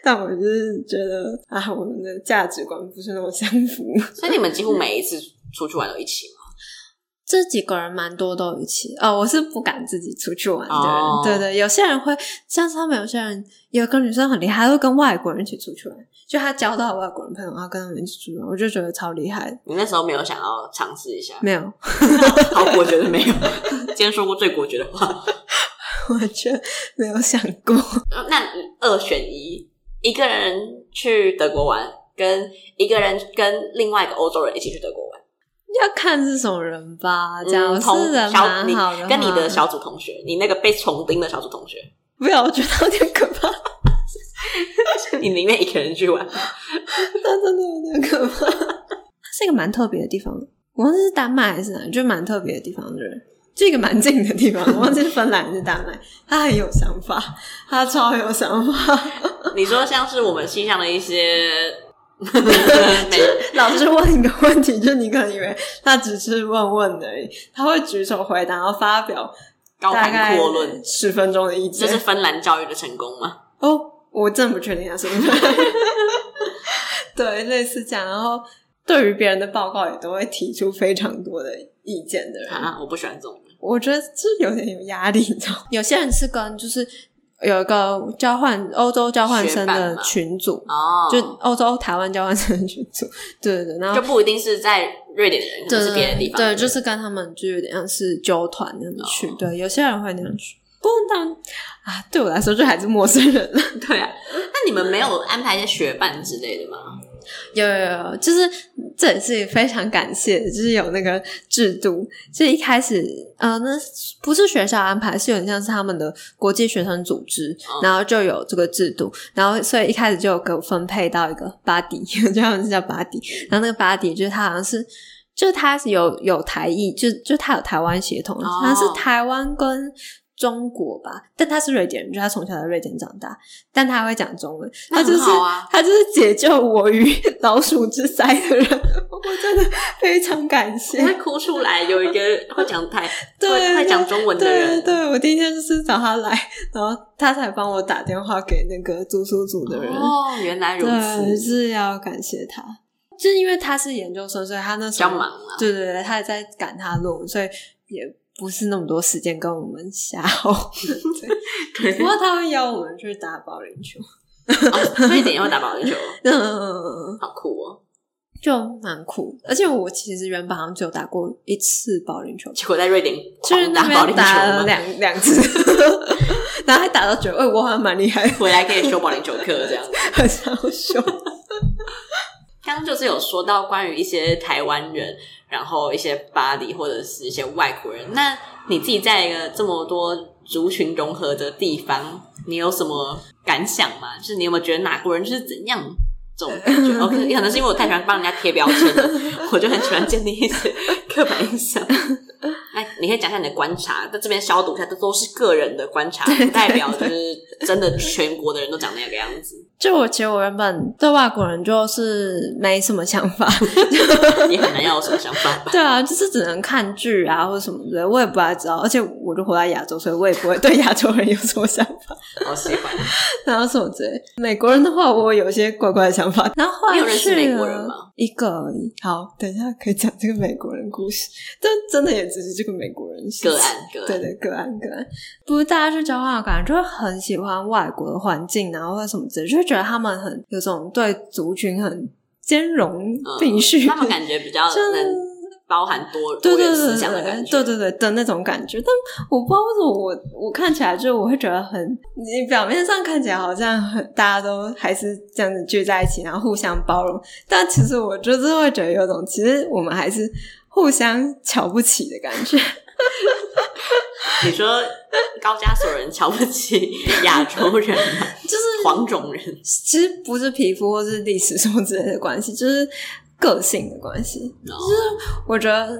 S1: 但我就是觉得啊，我们的价值观不是那么相 符。
S3: 所以你们几乎每一次出去玩都一起吗？
S1: 这几个人蛮多都一起，哦，我是不敢自己出去玩的人，
S3: 哦
S1: 对对，有些人会，像是他们有些人有一个女生很厉害，她会跟外国人一起出去玩，就她交到外国人朋友，然后跟他们一起出去玩，我就觉得超厉害的。
S3: 你那时候没有想要尝试一下？
S1: 没有，
S3: 好，我觉得没有。 今天说过最果决的话，
S1: 我觉得没有想过，
S3: 那二选一，一个人去德国玩，跟一个人跟另外一个欧洲人一起去德国玩。
S1: 要看是什么人吧。
S3: 嗯
S1: 这样、
S3: 同
S1: 是人
S3: 小
S1: 蛮
S3: 你
S1: 好的话，
S3: 跟你的小组同学，你那个被重钉的小组同学，
S1: 不要，我觉得有点可怕，
S3: 你宁愿一个人去玩，
S1: 他真的有点可怕。 它是一个蛮特别的地方，我忘记是丹麦还是哪里，就蛮特别的地方，就是就一个蛮近的地方，我忘记是芬兰还是丹麦。他很有想法，他超有想法。
S3: 你说像是我们系上的一些美
S1: 老师问一个问题，就你可能以为他只是问问而已，他会举手回答，然后发表
S3: 高
S1: 大
S3: 谈
S1: 概
S3: 阔论，
S1: 十分钟的意
S3: 这
S1: 见。
S3: 是芬兰教育的成功吗？
S1: 哦，我真的不确定他是不是。对，类似这样。然后对于别人的报告也都会提出非常多的意见的人，
S3: 啊，我不喜欢这种人。
S1: 我觉得这有点有压力，你知道吗？有些人是跟就是有一个交换欧洲交换生
S3: 学伴
S1: 的
S3: 嘛
S1: 群组。
S3: 哦，
S1: 就欧洲台湾交换生的群组，哦对对对，然后
S3: 就不一定是在瑞典的人，可
S1: 对
S3: 能是别的地方的
S1: 对，
S3: 人。
S1: 就是跟他们就有点像是纠团那样子去。
S3: 哦
S1: 对，有些人会那样去，不过当啊，对我来说就还是陌生人了。
S3: 对啊。那你们没有安排一些学伴之类的吗？
S1: 有有有，就是这也是非常感谢，就是有那个制度。就一开始，呃，那不是学校安排，是有点像是他们的国际学生组织，
S3: 哦
S1: 然后就有这个制度，然后所以一开始就有给我分配到一个巴迪， 就他们是叫巴迪，然后那个巴迪就是他好像是。就是他是有有台裔，就就他有台湾血统，
S3: 哦
S1: 他是台湾跟中国吧，但他是瑞典人，就他从小在瑞典长大，但他会讲中文，
S3: 那
S1: 他就是、
S3: 很好啊
S1: 他就是解救我于老鼠之灾的人， 我真的非常感谢
S3: 我。会哭出来，有一个会讲台，
S1: 对
S3: 会会讲中文的
S1: 对
S3: 人。
S1: 对，我第一天就是找他来，然后他才帮我打电话给那个住宿组的人。
S3: 哦，原来如
S1: 对，
S3: 此，
S1: 是要感谢他，就是因为他是研究生，所以他那
S3: 比
S1: 时
S3: 较
S1: 候
S3: 忙啊。
S1: 对对对，他也在赶他论文，所以也不是那么多时间跟我们瞎吼。
S3: 对
S1: 不过他会邀我们去打保龄球，
S3: 哦，瑞典也会打保龄球，
S1: 嗯，
S3: 好酷哦！
S1: 就蛮酷。而且我其实原本好像只有打过一次保龄球，
S3: 结果在瑞典
S1: 就是
S3: 哦狂
S1: 那
S3: 打保龄
S1: 边
S3: 球
S1: 打了
S3: 吗？
S1: 两两次， 然后还打到觉得，哎、我好像蛮厉害的，
S3: 回来可以修保龄球课这样子。
S1: 很想秀。
S3: 刚刚就是有说到关于一些台湾人，然后一些巴黎或者是一些外国人。那你自己在一个这么多族群融合的地方，你有什么感想吗？就是你有没有觉得哪国人就是怎样 这种感觉？OK，可能是因为我太喜欢帮人家贴标签了，我就很喜欢建立一些刻板印象。哎，你可以讲一下你的观察，在这边消毒一下，这都是个人的观察，不代表就是真的全国的人都长那个样子。
S1: 就我其实我原本对外国人就是没什么想法，
S3: 你很难要有什么想法 吧？
S1: 对啊，就是只能看剧啊或者什么的，我也不太知道。而且我就活在亚洲，所以我也不会对亚洲人有什么想法，
S3: 好喜欢。
S1: 然后什么之类。美国人的话，我有一些怪怪的想法。然后后来
S3: 你有认识
S1: 去
S3: 美国
S1: 了
S3: 人吗
S1: 一个而已。好，等一下可以讲这个美国人故事， 但真的也只是这个美国人是
S3: 个案个案，
S1: 对对，个案个案，不是大家去交换，的感觉就会很喜欢外国的环境，然后或什么之类，就会觉得他们很有种对族群很兼容
S3: 嗯
S1: 并蓄，
S3: 他们感觉比较
S1: 就
S3: 能包含多
S1: 对
S3: 多
S1: 对
S3: 元
S1: 对
S3: 思
S1: 对
S3: 想的感
S1: 对
S3: 觉，
S1: 对对对的那种感觉，但我不知道为什么我我看起来就我会觉得很，你表面上看起来好像很大家都还是这样子聚在一起，然后互相包容，但其实我就是会觉得有种，其实我们还是互相瞧不起的感觉。
S3: 你说高加索人瞧不起亚洲人吗，
S1: 就是
S3: 黄种人，
S1: 其实不是皮肤或是历史什么之类的关系，就是个性的关系。
S3: 哦
S1: 我觉得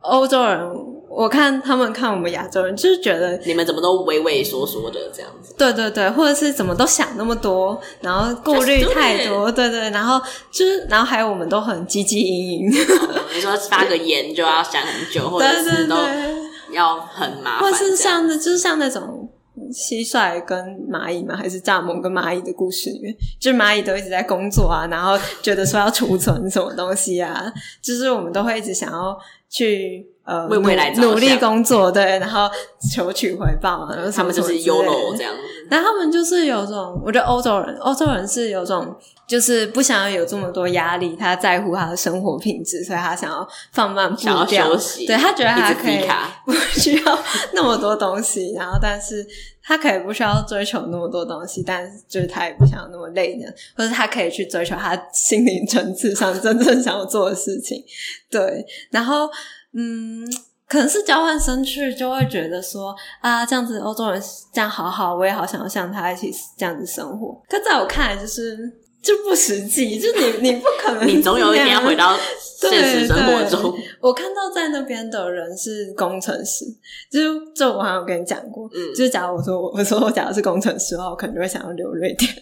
S1: 欧洲人，我看他们看我们亚洲人，就是觉得
S3: 你们怎么都畏畏缩缩的这样子？
S1: 对对对，或者是怎么都想那么多，然后顾虑
S3: Just do
S1: 太多，对对，然后就是，然后还有我们都很积极 营营，
S3: 哦你说发个言就要想很久，或者
S1: 对对
S3: 是都
S1: 对，
S3: 要很麻
S1: 或
S3: 烦，
S1: 是
S3: 这样
S1: 像就是像那种蟋蟀跟蚂蚁嘛，还是蚱蜢跟蚂蚁的故事里面，就是蚂蚁都一直在工作啊，然后觉得说要储存什么东西啊，就是我们都会一直想要去。呃，
S3: 为未来
S1: 努
S3: 着想
S1: 努力工作，对，然后求取回报啊，然后什
S3: 他
S1: 么
S3: 们就
S1: 什
S3: 是
S1: 么之类的
S3: Euro 这样子。
S1: 但他们就是有种，我觉得欧洲人，欧洲人是有种，就是不想要有这么多压力，他在乎他的生活品质，所以他想要放慢步
S3: 想要
S1: 调
S3: 休息
S1: 对他觉得他
S3: 一直
S1: 可以
S3: 低卡
S1: 不需要那么多东西，然后但是他可以不需要追求那么多东西，但是就是他也不想要那么累呢，或者他可以去追求他心灵层次上真正想要做的事情，对，然后嗯。可能是交换生去就会觉得说啊，这样子欧洲人这样好好，我也好想要像他一起这样子生活。可在我看来，就是就不实际，就你你不可能，
S3: 你总有一天要回。到
S1: 对
S3: 现实生 活中，
S1: 我看到在那边的人是工程师，就是这我好像有跟你讲过，
S3: 嗯
S1: 就是假如我说 我我说我假如是工程师的话，我可能就会想要留瑞典，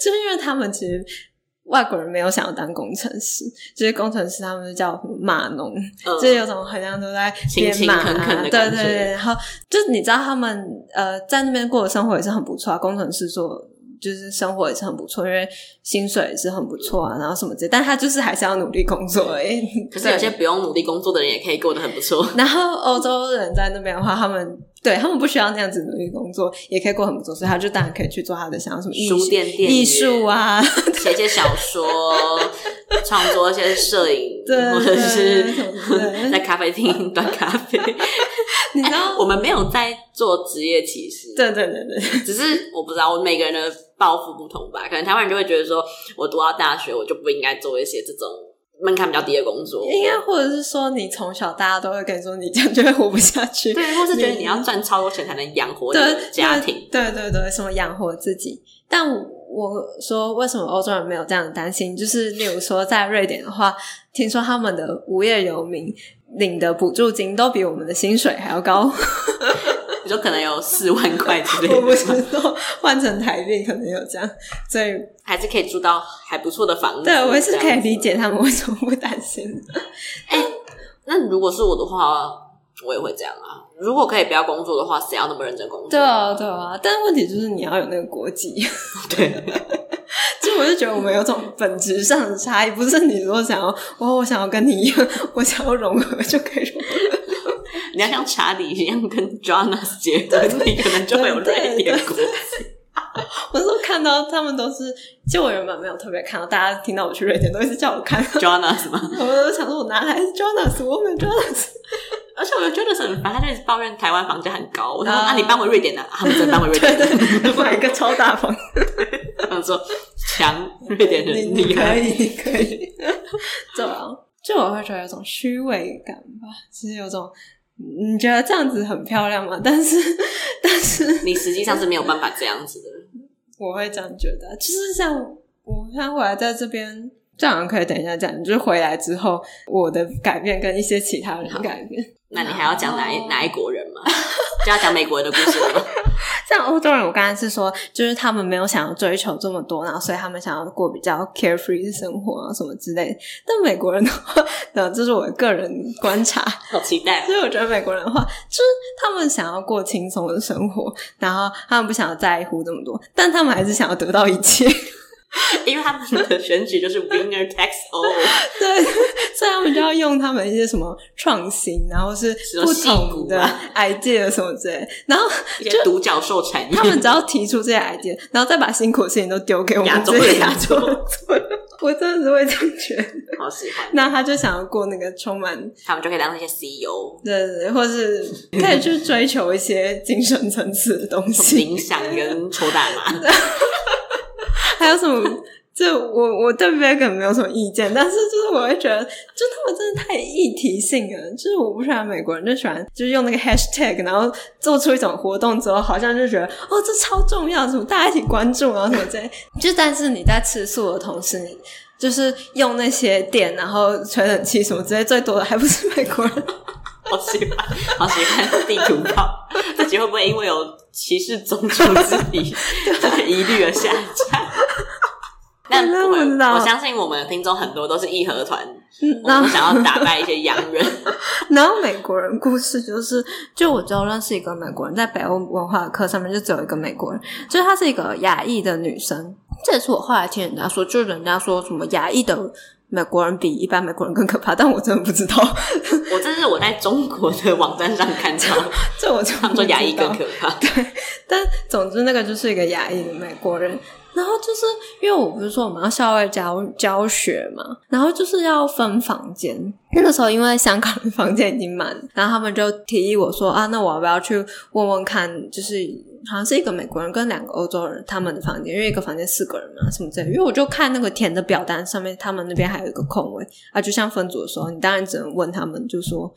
S1: 就是因为他们其实外国人没有想要当工程师，就是工程师他们就叫什么码农，
S3: 嗯
S1: 就有种很像都在编码
S3: 勤勤恳恳
S1: 啊，
S3: 的
S1: 对
S3: 感
S1: 对
S3: 觉
S1: 对，然后就是你知道他们呃在那边过的生活也是很不错啊，工程师做就是生活也是很不错，因为薪水也是很不错啊，然后什么之类，但他就是还是要努力工作而已。
S3: 可是有些
S1: 对
S3: 嗯不用努力工作的人也可以过得很不错。
S1: 然后欧洲人在那边的话，他们对他们不需要那样子努力工作，也可以过很不错，所以他就当然可以去做他的想要什么艺术
S3: 书店店员
S1: 艺术，啊，
S3: 写写小说，创作一些摄影，
S1: 对
S3: 或者
S1: 对
S3: 是
S1: 什么之类的
S3: 在咖 啡厅端咖啡。
S1: 你知道？
S3: 我们没有在做职业歧视，
S1: 对对对对，
S3: 只是我不知道，我每个人的抱负不同吧。可能台湾人就会觉得说，我读到大学，我就不应该做一些这种门槛比较低的工作，
S1: 应该或者是说，你从小大家都会跟你说，你这样就会活不下去。
S3: 对，或是觉得你要赚超多钱才能养活你的
S1: 对
S3: 家庭。
S1: 对对对，什么养活自己。但我说，为什么欧洲人没有这样的担心？就是例如说，在瑞典的话，听说他们的无业游民领的补助金都比我们的薪水还要高。
S3: 你说可能有四万块之类
S1: 我不
S3: 的
S1: 知
S3: 吗，
S1: 道，换成台币可能有这样，所以
S3: 还是可以住到还不错的房子。
S1: 对我也是可
S3: 这
S1: 以
S3: 样子
S1: 理解他们为什么不担心。
S3: 那如果是我的话，我也会这样啊。如果可以不要工作的话，谁要那么认真工 作？
S1: 对啊，对啊，但问题就是你要有那个国籍。
S3: 对，
S1: 就我就觉得我们有种本质上的差异，不是你说想要，我我想要跟你 一样，我想要融合就可以融合。
S3: 你要像查理一样跟 Jonas 结婚，你可能就会有瑞典国籍。
S1: 我说看到他们都是，就我原本没有特别看到，大家听到我去瑞典都一直叫我看，
S3: Jonas 吗？
S1: 我都想说我哪来的 Jonas，我没有 Jonas。
S3: 而且我觉得很烦，他就一直抱怨台湾房价很高。我就说：“
S1: 啊
S3: 那、你搬回瑞典啊？”啊他们真的搬回瑞
S1: 对
S3: 典。
S1: 对，买一个超大房，
S3: 他们说：“强， 瑞典
S1: 你
S3: 人
S1: 你
S3: 厉
S1: 可
S3: 害。
S1: 以，你可 以。对啊，就我会觉得有种虚伪感吧，就是有种嗯你觉得这样子很漂亮吗？ 但是但是”
S3: 你实际上是没有办法这样子的。
S1: 我会这样觉得，啊就是像我看回来在这边，这样可以等一下讲，就是回来之后我的改变跟一些其他人的改变，
S3: 那你还要讲哪一
S1: 哦
S3: 哪一国人吗？就要讲美国人的故事了吗？
S1: 像欧洲人，我刚才是说，就是他们没有想要追求这么多，然后所以他们想要过比较 carefree 的生活啊什么之类的。但美国人的话， 那这是我的个人观察，
S3: 好期 待哦！
S1: 所以我觉得美国人的话，就是他们想要过轻松的生活，然后他们不想要在乎这么多，但他们还是想要得到一切。
S3: 因为他们的选举就是 winner takes all。
S1: 对，所以他们就要用他们一些什么创新，然后是
S3: 么
S1: 不
S3: 戏骨
S1: 同的
S3: 啊
S1: idea 什么之类，然后
S3: 一些独角兽产 业。
S1: 他们只要提出这些 idea，然后再把辛苦的事情都丢给我
S3: 亚
S1: 们
S3: 洲
S1: 这些
S3: 人
S1: 亚洲
S3: 做
S1: 人做。我真的是会这样觉得。
S3: 好喜欢，
S1: 那他就想要过那个充满
S3: 他们就可以当那些 E CEO，
S1: 对对对，或是可以去追求一些精神层次的东
S3: 什么
S1: 西，
S3: 冥想跟抽大麻。
S1: 还有什么？这我我对 vegan 没有什么意见，但是就是我会觉得，就他们真的太议题性了。就是我不喜欢美国人，就喜欢就是用那个 hashtag，然后做出一种活动之后，好像就觉得哦这超重要，什么大家一起关注，啊然后什么之类。就但是你在吃素的同时，你就是用那些电，然后吹冷气什么之类，最多的还不是美国人。
S3: 好喜欢，好喜欢地图炮。这集会不会因为有歧视种族之 疑这
S1: 啊
S3: 个疑虑而下架？但
S1: 我
S3: 不会，
S1: 知道
S3: 我相信我们的听众很多都是义和团，
S1: 嗯
S3: 我
S1: 然
S3: 们
S1: 后
S3: 想要打败一些洋人。
S1: 然后美国人故事就是，就我只有认识一个美国人，在北欧文化课上面就只有一个美国人，就是她是一个亚裔的女生。这也是我后来听人家说，就是人家说什么亚裔的美国人比一般美国人更可怕，但我真的不知道，
S3: 我这是我在中国的网站上看到，
S1: 这我就
S3: 他们说牙医更可怕。
S1: 但总之，那个就是一个亚裔的美国人。然后就是因为我不是说我们要校外教教学嘛，然后就是要分房间。那个时候因为香港的房间已经满了，然后他们就提议我说啊，那我要不要去问问看，就是好像是一个美国人跟两个欧洲人他们的房间，因为一个房间四个人嘛，什么之类的。因为我就看那个填的表单上面，他们那边还有一个空位啊，就像分组的时候，你当然只能问他们，就说。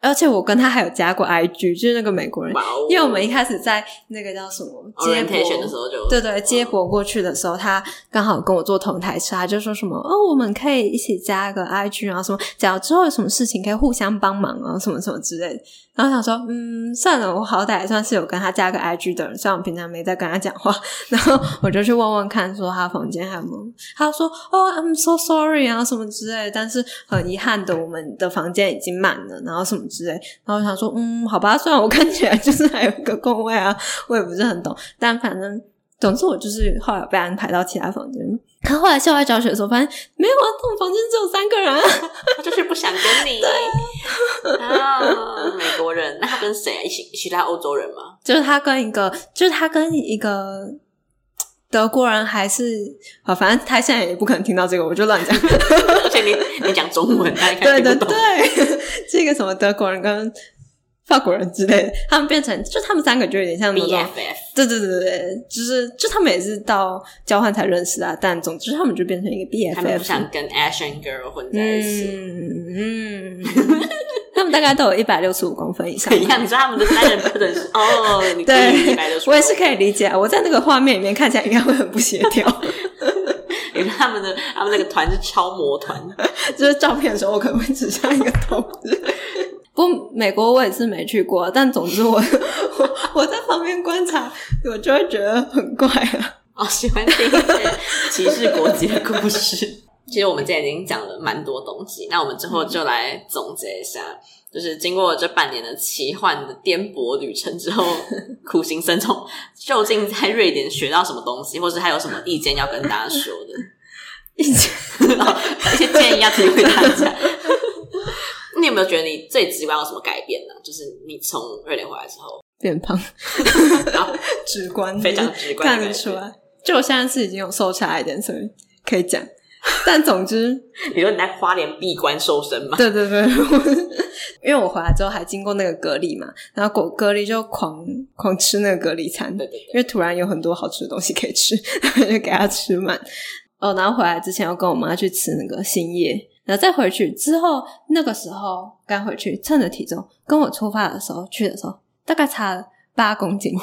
S1: 而且我跟他还有加过 IG，就是那个美国人，
S3: 哇哦！
S1: 因为我们一开始在那个叫什么接
S3: orientation
S1: 驳
S3: 的时候就
S1: 对对，接驳过去的时候，他刚好跟我坐同台车，他就说什么哦，我们可以一起加个 IG，然后什么，只要之后有什么事情可以互相帮忙啊，什么什么之类的。然后想说，嗯，算了，我好歹也算是有跟他加个 IG 的人，虽然我平常没在跟他讲话， 然后我就去问问看，说他房间还有没有？他说哦，I'm so sorry 啊，什么之类的，但是很遗憾的，我们的房间已经满了，然后什么之类的。然后我想说，嗯，好吧，虽然我看起来就是还有一个空位啊，我也不是很懂，但反正总之我就是后来有被安排到其他房间。他后来校外教学的时候，发现没有啊，这种房间只有三个人、啊，
S3: 他就是不想跟你啊，美国人。那他跟谁啊？一起一起来欧洲人 吗？
S1: 就是他跟一个，就是他跟一个德国人还是啊，反正他现在也不可能听到这个，我就乱 讲。
S3: 而且你你讲中文，他应该
S1: 对
S3: 听
S1: 对
S3: 不懂。
S1: 对， 这个什么德国人跟法国人之类的，他们变成就他们三个就有点像那
S3: B
S1: 种
S3: F F
S1: 对对对对对，就是就他们也是到交换才认识啊，但总之他们就变成一个
S3: 他们
S1: BFF，
S3: 不想跟 Asian girl 混在一起。
S1: 嗯嗯，他们大概都有一百六十五公分以 上。
S3: 怎样？你说他们的单人不能是哦？你可以
S1: 嗯对
S3: 明白的，说，
S1: 我也是可以理解啊。我在那个画面里面看起来应该会很不协 调，
S3: 你们他们的他们那个团是超模团，
S1: 就是照片的时候我可能会指向一个头。不过美国我也是没去过，但总之我我我在旁边观察，我就会觉得很怪啊。
S3: 哦，喜欢听一些歧视国籍的故事。 其实我们今天已经讲了蛮多东西，那我们之后就来总结一下，就是经过这半年的奇幻的颠簸旅 程之后，苦行僧从究竟在瑞典学到什么东西，或是还有什么意见要跟大家说的？
S1: 以前
S3: 哦一些建议要提给大家。 你有没有觉得你最直观有什么改变呢？就是你从瑞典回来之后，
S1: 变胖，
S3: 然后
S1: 直观
S3: 非常直观
S1: 看
S3: 的
S1: 得
S3: 感
S1: 出
S3: 觉。
S1: 来。就我现在是已经有瘦下来一点，所以可以讲。但总之，
S3: 你说你在花莲闭关瘦身吗？
S1: 对对对，我是 因为我回来之后还经过那个隔离嘛，然后果隔离就狂狂吃那个隔离餐，
S3: 对对对，
S1: 因为突然有很多好吃的东西可以吃， 然后就给他吃满。哦，然后回来之前要跟我妈去吃那个新叶，然后再回去之后，那个时候刚回去，称的体重跟我出发的时候去的时候，大概差了八公斤。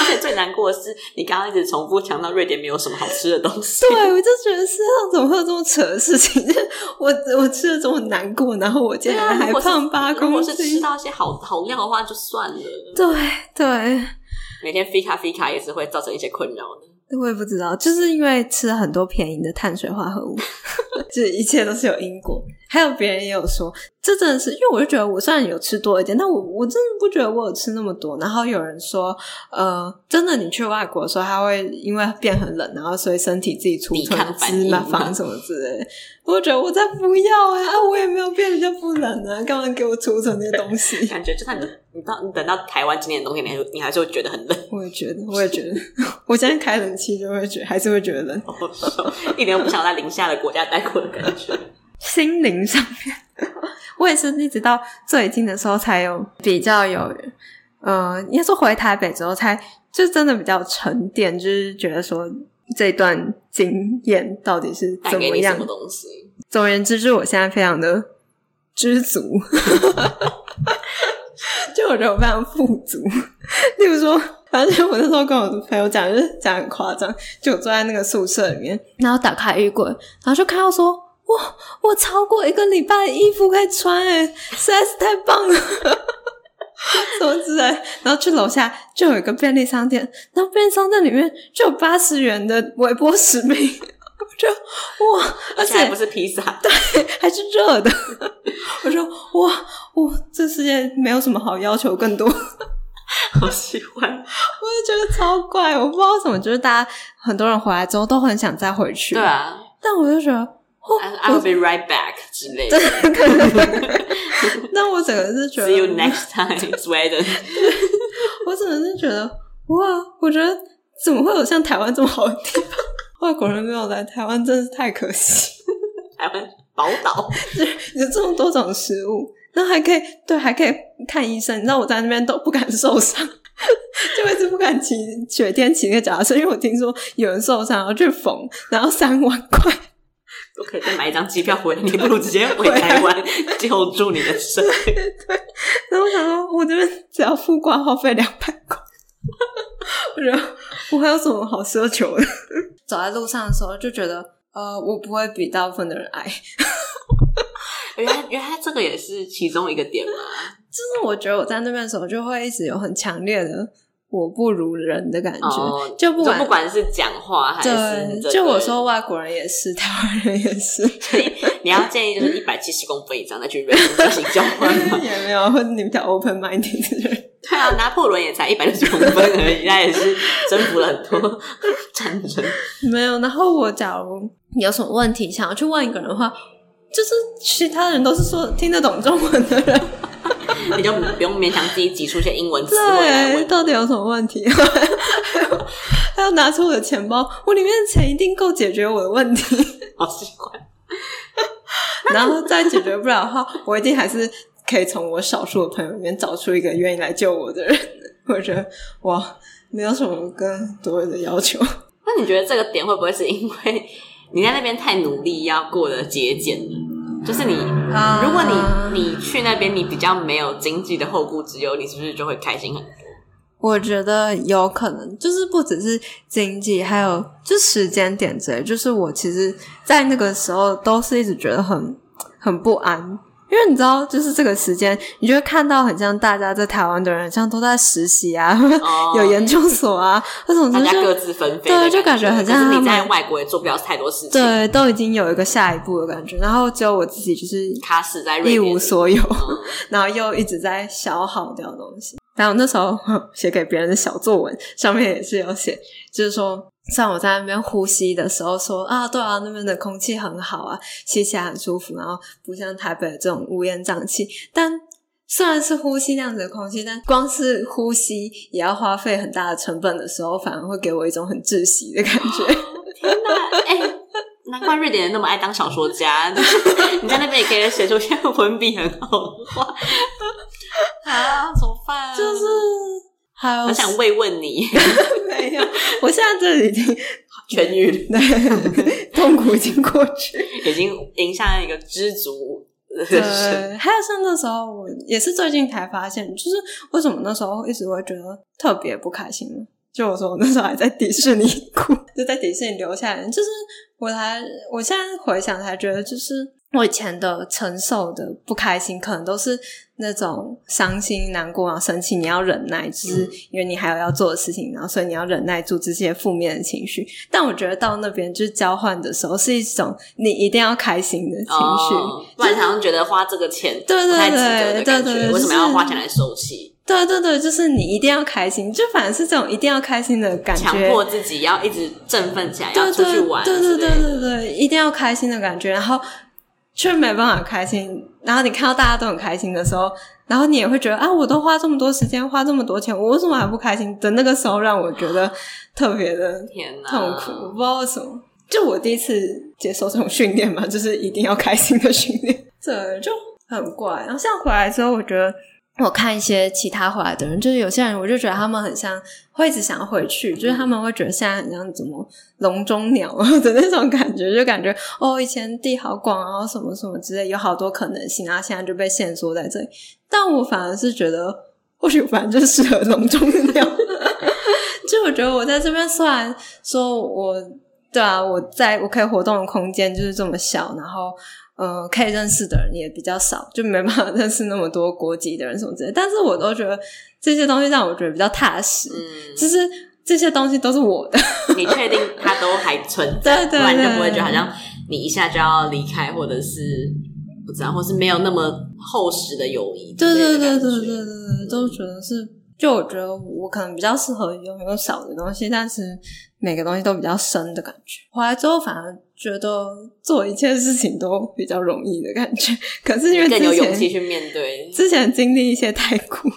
S3: 而且最难过的是，你刚刚一直重复强调瑞典没有什么好吃的东 西。
S1: 对，我就觉得世界上怎么会有这么扯的事情？ 就是我我吃的这么难过，然后我竟然啊还
S3: 啊如果是
S1: 胖八
S3: 如
S1: 公
S3: 果是吃
S1: 斤。
S3: 到一些好好料的话，就算了。
S1: 对对，
S3: 每天 fika fika 也是会造成一些困扰的。
S1: 我也不知道，就是因为吃了很多便宜的碳水化 合物，就是一切都是有因果。还有别人也有说，这真的是因为我就觉得我虽然有吃多一点，但我我真的不觉得我有吃那么多。然后有人说，呃，真的你去外国的时候，它会因为变很冷，然后所以身体自己储
S3: 抵
S1: 存
S3: 抗反
S1: 脂
S3: 应
S1: 肪
S3: 嘛
S1: 什么之类的。我就觉得我才不要啊！啊我也没有变得就不冷啊，干嘛给我储存这些东西？
S3: 感觉就算你你到你等到台湾今年的冬天，你还是你还是会觉得很冷，
S1: 我也觉得，我也觉得， 我现在开冷气就会觉还是会觉得冷。
S3: 哦 一点都不想在零下的国家待过的感觉。
S1: 心灵上面， 我也是一直到最近的时候才有比较有，呃，应该说回台北之后才就真的比较沉淀，就是觉得说这段经验到底是
S3: 带
S1: 怎
S3: 给
S1: 么
S3: 你什
S1: 样
S3: 么。东西？
S1: 总而言之，就是我现在非常的知足，就我觉得我非常富足。例如说，反正我那时候跟我的朋友讲，就是讲很夸张，就我坐在那个宿舍里面，然后打开衣柜，然后就看到说，哇，我超过一个礼拜的衣服可以穿、欸，哎，实在是太棒了。什么之类，然后去楼下就有一个便利商店，然后便利商店里面就有八十元的微波食品，我就哇，而
S3: 而
S1: 且
S3: 且还不是披萨，
S1: 还是热的。 我说哇，我这世界没有什么好要求更多，我 就
S3: 好喜欢。
S1: 觉得超怪，我不知道为什么，就是大家很多人回来之后都很想再回去，
S3: 对，啊
S1: 但我就觉得。 哦
S3: ，I I will be right back 之类的。
S1: 那我整个是觉得
S3: See you next time, Sweden。
S1: 我只能是觉得，哇，我觉得怎么会有像台湾这么好的地方？ 外国人没有来台湾，真是太可惜。
S3: 台湾宝岛，
S1: 有这么多种食物，然后还可以对，还可以看医生。你知道我在那边都不敢受伤， 就一直不敢骑雪天骑那个脚踏车，因为我听说有人受伤然后去缝，然后三万块。
S3: 都可以再买一张机票回来，你不如直接回 台湾救助你的生命。
S1: 然后我想说，我这边只要付挂号费两百块， 然后我还有什么好奢求的？ 走在路上的时候就觉得，呃，我不会比大部分的人矮， 就
S3: 原来，原来这个也是其中一个点嘛。
S1: 是我觉得我在那边的时候就会一直有很强烈的我不如人的感觉，
S3: 哦
S1: 就不
S3: 就
S1: 管
S3: 不管是讲话还是
S1: 对，就我说，外国人也是， 台湾人也 是，
S3: 你要建议就是一百七十公分以上再去瑞士进行交换 嘛。
S1: 也没有，或者你比较 open minded 的人，
S3: 对啊，拿破仑也才一百六十公分而已，他也是征服了很多 战争。
S1: 没有。然后我假如你有什么问题想要去问一个人的话，就是其他人都是说听得懂中文的人，
S3: 你就不用勉强自己挤出一些英文词汇来
S1: 对，
S3: 问。
S1: 到底有什么问题？ 还有还有拿出我的钱包，我里面的钱一定够解决我的问题，
S3: 好奇怪，
S1: 然后再解决不了的话， 我一定还是可以从我少数的朋友里面找出一个愿意来救我的人。 我觉得哇，没有什么更多的要求。
S3: 那你觉得这个点会不会是因为你在那边太努力，要过得节俭了？就是你，
S1: 啊
S3: 如果你你去那边，你比较没有经济的后顾之忧，你是不是就会 开心很多？
S1: 我觉得有可能，就是不只是经济，还有就时间点之类。就是我其实，在那个时候都是一直觉得很很不安，因为你知道，就是这个时间，你就会看到很像大家在台湾的人，很像都在实习啊，
S3: 哦
S1: 有研究所啊，那种
S3: 大
S1: 就
S3: 家各
S1: 是
S3: 自分飞
S1: 对
S3: 的
S1: 啊
S3: 感觉，
S1: 就感觉很像
S3: 可
S1: 他
S3: 是你
S1: 们
S3: 在外国也做不了太多事情，，
S1: 对，都已经有一个下一步的感觉，然后只有我自己就是
S3: 卡死在瑞
S1: 一
S3: 典
S1: 无
S3: 里
S1: 所有，
S3: 嗯
S1: 然后又一直在消耗掉东西。然后那时候哼写给别人的小作文上面也是有写，就是说，像我在那边呼吸的时候说啊，对啊，那边的空气很好啊，吸起来很舒服，然后不像台北这种乌烟瘴气。但虽然是呼吸那样子的空气，但光是呼吸也要花费很大的成本的时候，反而会给我一种很窒息的感觉。
S3: 那哎、难怪瑞典人那么爱当小说家， 就是你在那边也可以写出一些文笔很好的话啊，怎么办？
S1: 就是还有
S3: 我想慰问你，
S1: 没有， 我现在这里已经
S3: 痊愈
S1: 对痛苦已经过去了。
S3: 已经迎向一个知足的人生。
S1: 对，还有像那时候，我也是最近才发现，就是为什么那时候一直会觉得特别不开心呢？就我说我那时候还在迪士尼哭，就在迪士尼留下来，就是我才我现在回想才觉得，就是我以前的承受的不开心，可能都是那种伤心、难过啊、生气，你要忍耐，就是
S3: 嗯
S1: 因为你还有要做的事情，然后所以你要忍耐住这些负面的情绪。但我觉得到那边就是交换的时候，是一种你一定要开心的情绪。
S3: 哦，不然好像觉得花这个钱
S1: 对对
S3: 不太值得的
S1: 对
S3: 感觉，
S1: 对对对
S3: 为什么要
S1: 就是
S3: 花钱来受气？
S1: 对啊对对，就是你一定要开心，就反而是这种一定要开心的感觉，
S3: 强迫自己要一直振奋起来，要
S1: 对
S3: 出
S1: 对
S3: 去玩啊
S1: 对
S3: 之类的，
S1: 对对对对，一定要开心的感觉，然后却没办法开心，然后你看到大家都很开心的时候，然后你也会觉得啊，我都花这么多时间，花这么多钱，我为什么还不开心？的那个时候让我觉得特别的
S3: 天哪，
S1: 痛苦，我不知道为什么。就我第一次接受这种训练嘛，就是一定要开心的训练，这就很怪。然后像回来之后，我觉得我看一些其他回来的人，就是有些人，我就觉得他们很像会一直想要回去，就是他们会觉得现在很像怎么笼中鸟的那种感觉， 就感觉哦，以前地好广啊，什么什么之类，有好多可能性，然后现在就被限缩在这里。但我反而是觉得，或许我反正就适合笼中鸟。 就我觉得我在这边虽然说我对啊，我在我可以活动的空间就是这么小，然后呃，可以认识的人也比较少，就没办法认识那么多国籍的人什么之类的。但是我都觉得这些东西让我觉得比较踏实，
S3: 嗯，
S1: 就是这些东西都是我的。
S3: 你确定它都还存在？
S1: 对对
S3: 不然你就
S1: 对
S3: 不会觉得好像你一下就要离开，或者是不知道，或是没有那么厚实的友谊
S1: 对
S3: 之类
S1: 对
S3: 的
S1: 对
S3: 感觉。
S1: 对对对对，都觉得是。就我觉得我可能比较适合拥有少的东西，但是每个东西都比较深的感觉。回来之后反而觉得做一切事情都比较容易的感觉，可是因为之
S3: 更
S1: 前
S3: 有勇气去面对
S1: 之前经历一些太苦，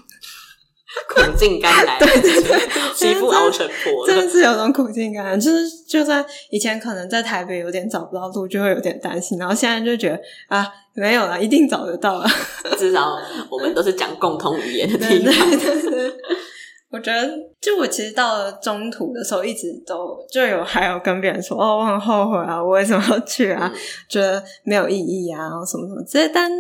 S3: 苦尽甘来， 媳妇熬成婆
S1: 真
S3: 了。
S1: 的是有种苦尽甘来。就是就算以前可能在台北有点找不到路，就会有点担心，然后现在就觉得啊，没有啦，一定找得到啦。啊
S3: 至少我们都是讲共同语言的
S1: 对
S3: 地
S1: 对
S3: 方。
S1: 对对， 我觉得，就我其实到了中途的时候，一直都就有还有跟别人说，哦，我很后悔啊，我为什么要去啊？
S3: 嗯
S1: 觉得没有意义啊，然后什么什么之类。但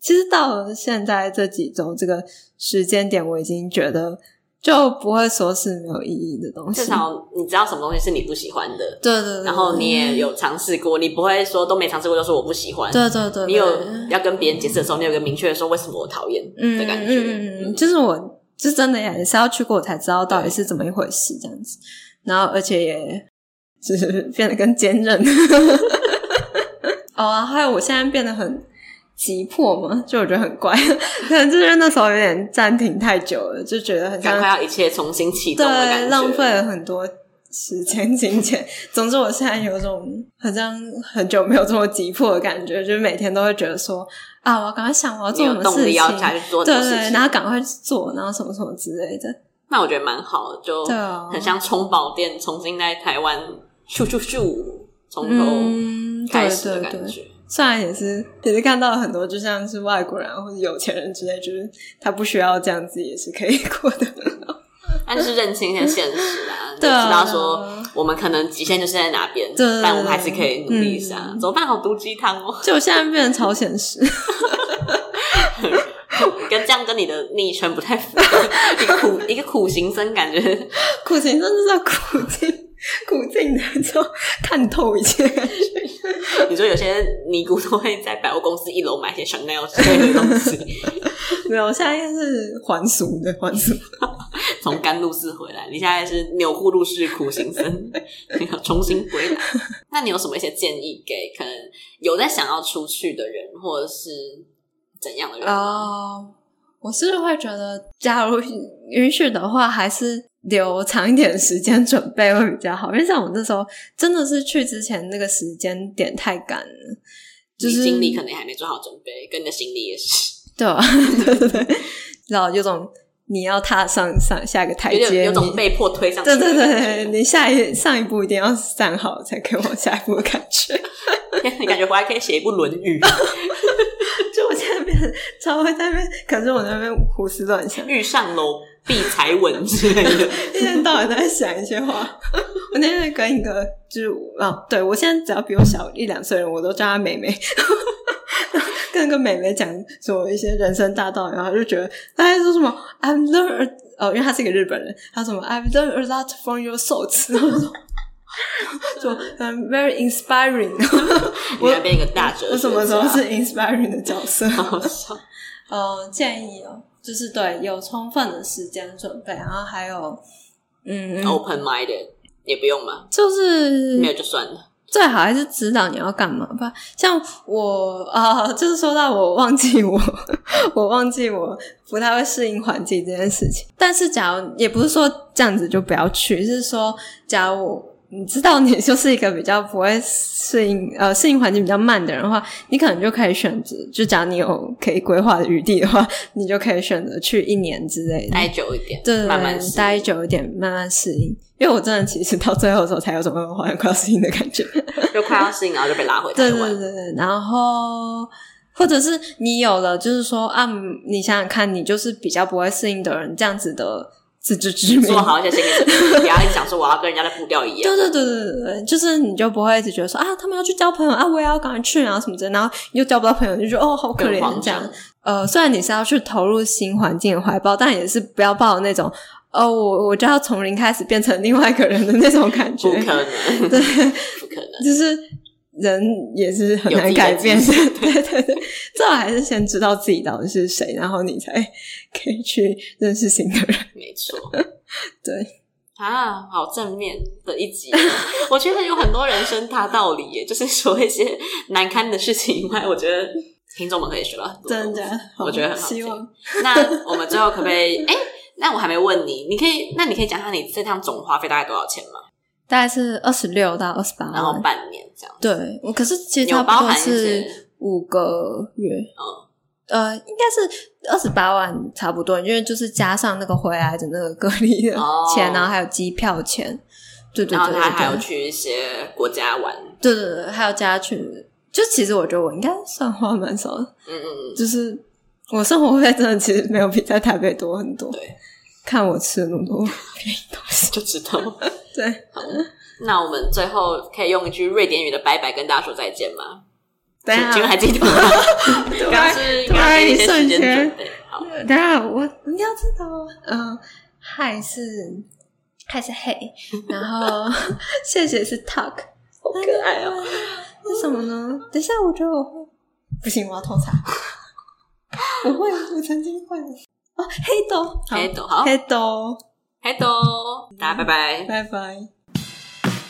S1: 其实到了现在这几周这个时间点，我已经觉得就不会说是没有意义的东西。
S3: 至少你知道什么东西是你不喜欢的，
S1: 对对对，对
S3: 然后你也有尝试过，你不会说都没尝试过就说我不喜欢。
S1: 对对对，对
S3: 你有要跟别人解释的时候，你有个明确的说为什么我讨厌的感
S1: 嗯
S3: 觉。
S1: 嗯嗯，就是我就真的也是要去过，我才知道到底是怎么一回事这样子。然后而且也就是变得更坚韧。哦、啊，还有我现在变得很急迫嘛，就我觉得很怪，可能就是那时候有点暂停太久了，就觉得很像
S3: 赶快要一切重新启动的感
S1: 对
S3: 觉，
S1: 浪费了很多时间金钱。总之，我现在有种好像很久没有这么急迫的感觉，就是每天都会觉得说啊，我要赶快想我要
S3: 你
S1: 做什
S3: 有
S1: 么
S3: 动
S1: 事
S3: 力
S1: 情，
S3: 要下去做很
S1: 对
S3: 多事
S1: 对，
S3: 情。
S1: 然后赶快去做，然后什么什么之类的。
S3: 那我觉得蛮好的，就
S1: 对啊
S3: 很像充饱电，重新在台湾咻咻咻从头
S1: 嗯，
S3: 开
S1: 对
S3: 始的
S1: 对
S3: 感
S1: 对，
S3: 觉。
S1: 虽然也是也是看到了很多，就像是外国人啊或者有钱人之类，就是他不需要这样子也是可以过的。
S3: 但是认清一些现实啊，就
S1: 对啊
S3: 知道说
S1: 对啊
S3: 我们可能极限就是在哪边，
S1: 对对对
S3: 但我们还是可以努力一下。
S1: 嗯
S3: 怎么办？好毒鸡汤哦！
S1: 就我现在变成超现实，
S3: 跟这样跟你的昵称不太符合，一个苦一个苦行僧感觉。
S1: 苦情真的是要苦尽苦尽难就看透一 切。
S3: 你说有些尼姑都会在百货公司一楼买一些 Chanel 之类的东西，
S1: 没有，我现在应该是还俗的，还俗。
S3: 从甘露寺回来，你现在是钮祜禄氏苦 行僧，你要重新归来。那你有什么一些建议给可能有在想要出去的人，或者是怎样的人？
S1: 哦，我是会觉得，假如允许的话，还是留长一点时间准备会比较好。因为像我那时候真的是去之前那个时间点太赶 了，就是
S3: 你经理可能也还没做好准备，跟你的行李也是。
S1: 对吧？对对对，然后有种你要踏上上下一个台
S3: 有点
S1: 阶，
S3: 有种
S1: 你
S3: 被迫推上去
S1: 对
S3: 的
S1: 哎对
S3: 感
S1: 对，
S3: 觉。
S1: 你下一上一步一定要站好，才可以往下一步的感觉。
S3: 你感觉回来可以写一部《论语》
S1: 就我现在变成超会在那边，可是我在那边胡思乱想，
S3: “欲上楼必才文”之类的。
S1: 一天到晚都在想一些话。 我那天跟一个就是啊，对我现在只要比我小一两岁的人，我都叫她妹妹。 跟那个妹妹讲说一些人生大道理，然后就觉得她在说什么 "I've learned"，哦，因为她是一个日本人，她说什么 "I've learned a lot from your thoughts"，然后我 说说嗯 very inspiring，
S3: 你原来变一个大 哲学家
S1: 我什么时候 是 inspiring 的角色？
S3: 好笑？
S1: 呃，建议哦，就是对有充分的时间准备，然后还有，嗯，
S3: open minded 也不用嘛，
S1: 就是
S3: 没有就算了。
S1: 最好还是知道你要干嘛吧。像我啊、 呃就是说到我忘记我， 我忘记我不太会适应环境这件事情。但是，假如也不是说这样子就不要去，是说假如我你知道你就是一个比较不会适应 呃适应环境比较慢的人的话，你可能就可以选择，就假如你有可以规划的余地的话，你就可以选择去一年之类的。
S3: 待久一点，
S1: 对，
S3: 慢慢适应
S1: 待。久一点，慢慢适应。因为我真的其实到最后的时候，才有种 嗯好像快要适应的感觉。
S3: 就快要适应，然后就被拉回
S1: 对
S3: 台
S1: 对
S3: 湾。
S1: 对对，然后或者是你有了，就是说啊，你想想看，你就是比较不会适应的人，这样子的自知之明，
S3: 做好一些心理准备，不要一直想说我要跟人家的步调一样
S1: 对。对对对对对，就是你就不会一直觉得说啊，他们要去交朋友啊，我也要赶快去啊什么之类的，然后你又交不到朋友，你就觉得哦好可
S3: 更
S1: 怜
S3: 慌
S1: 这样
S3: 张。
S1: 呃，虽然你是要去投入新环境的怀抱，但也是不要抱有那种哦，我我就要从零开始变成另外一个人的那种感觉
S3: 不。可能，
S1: 对，
S3: 不可能。
S1: 就是人也是很
S3: 有自
S1: 难
S3: 己的
S1: 改变的
S3: 极，
S1: 对对对，最好还是先知道自己到底是谁，然后你才可以去认识新的人。
S3: 没错。
S1: 对，
S3: 啊，好正面的一集，啊我觉得有很多人生大道理耶，就是除了一些难堪的事情以外，我觉得听众们可以学到很多东西。
S1: 真的，好
S3: 我觉得很好
S1: 希
S3: 听
S1: 望。
S3: 那我们最后可不可以？哎、那我还没问你，你可以，那你可以讲下你这趟总花费大概多少钱吗？
S1: 大概是二十六到二十
S2: 嗯
S1: 八
S3: 然后半年这样，
S1: 对，我可是其实
S3: 有
S1: 差
S3: 包
S1: 不多
S3: 含一
S1: 是
S3: 些
S1: 五个月，
S3: 哦
S1: 呃，应该是二十八万差不多，因为就是加上那个回来的那个隔离的
S3: 哦
S1: 钱，然后还有机票钱，对对
S3: 然后
S1: 对对
S3: 他还有
S1: 对，
S3: 去一些国家玩，嗯
S1: 对对对，还有加去，就其实我觉得我应该算花蛮少的，
S3: 嗯嗯，
S1: 就是我生活费真的其实没有比在台北多很多，
S3: 对，
S1: 看我吃了那么多便宜东西。
S3: 就知道。
S1: 对，
S3: 那我们最后可以用一句瑞典语的拜拜跟大家说再见吗？
S1: 等一
S2: 啊
S3: 请请问还
S1: 下，
S3: 记 得吗？ 刚刚是
S1: 突
S3: 刚刚
S1: 然
S3: 给
S1: 一
S3: 你一些时
S1: 瞬
S3: 间
S1: 间
S3: 准备。好，
S1: 等一下，我你要知道，嗯、还是还是 hey，然后谢谢是 talk，
S3: 好可爱哦。
S1: 是什么呢？等一下，我觉得我会，不行，我要偷查。 我会，我曾经会哦，黑豆，
S3: 黑豆，好，
S1: 黑豆，
S3: 黑豆，大家拜拜。
S1: 拜拜。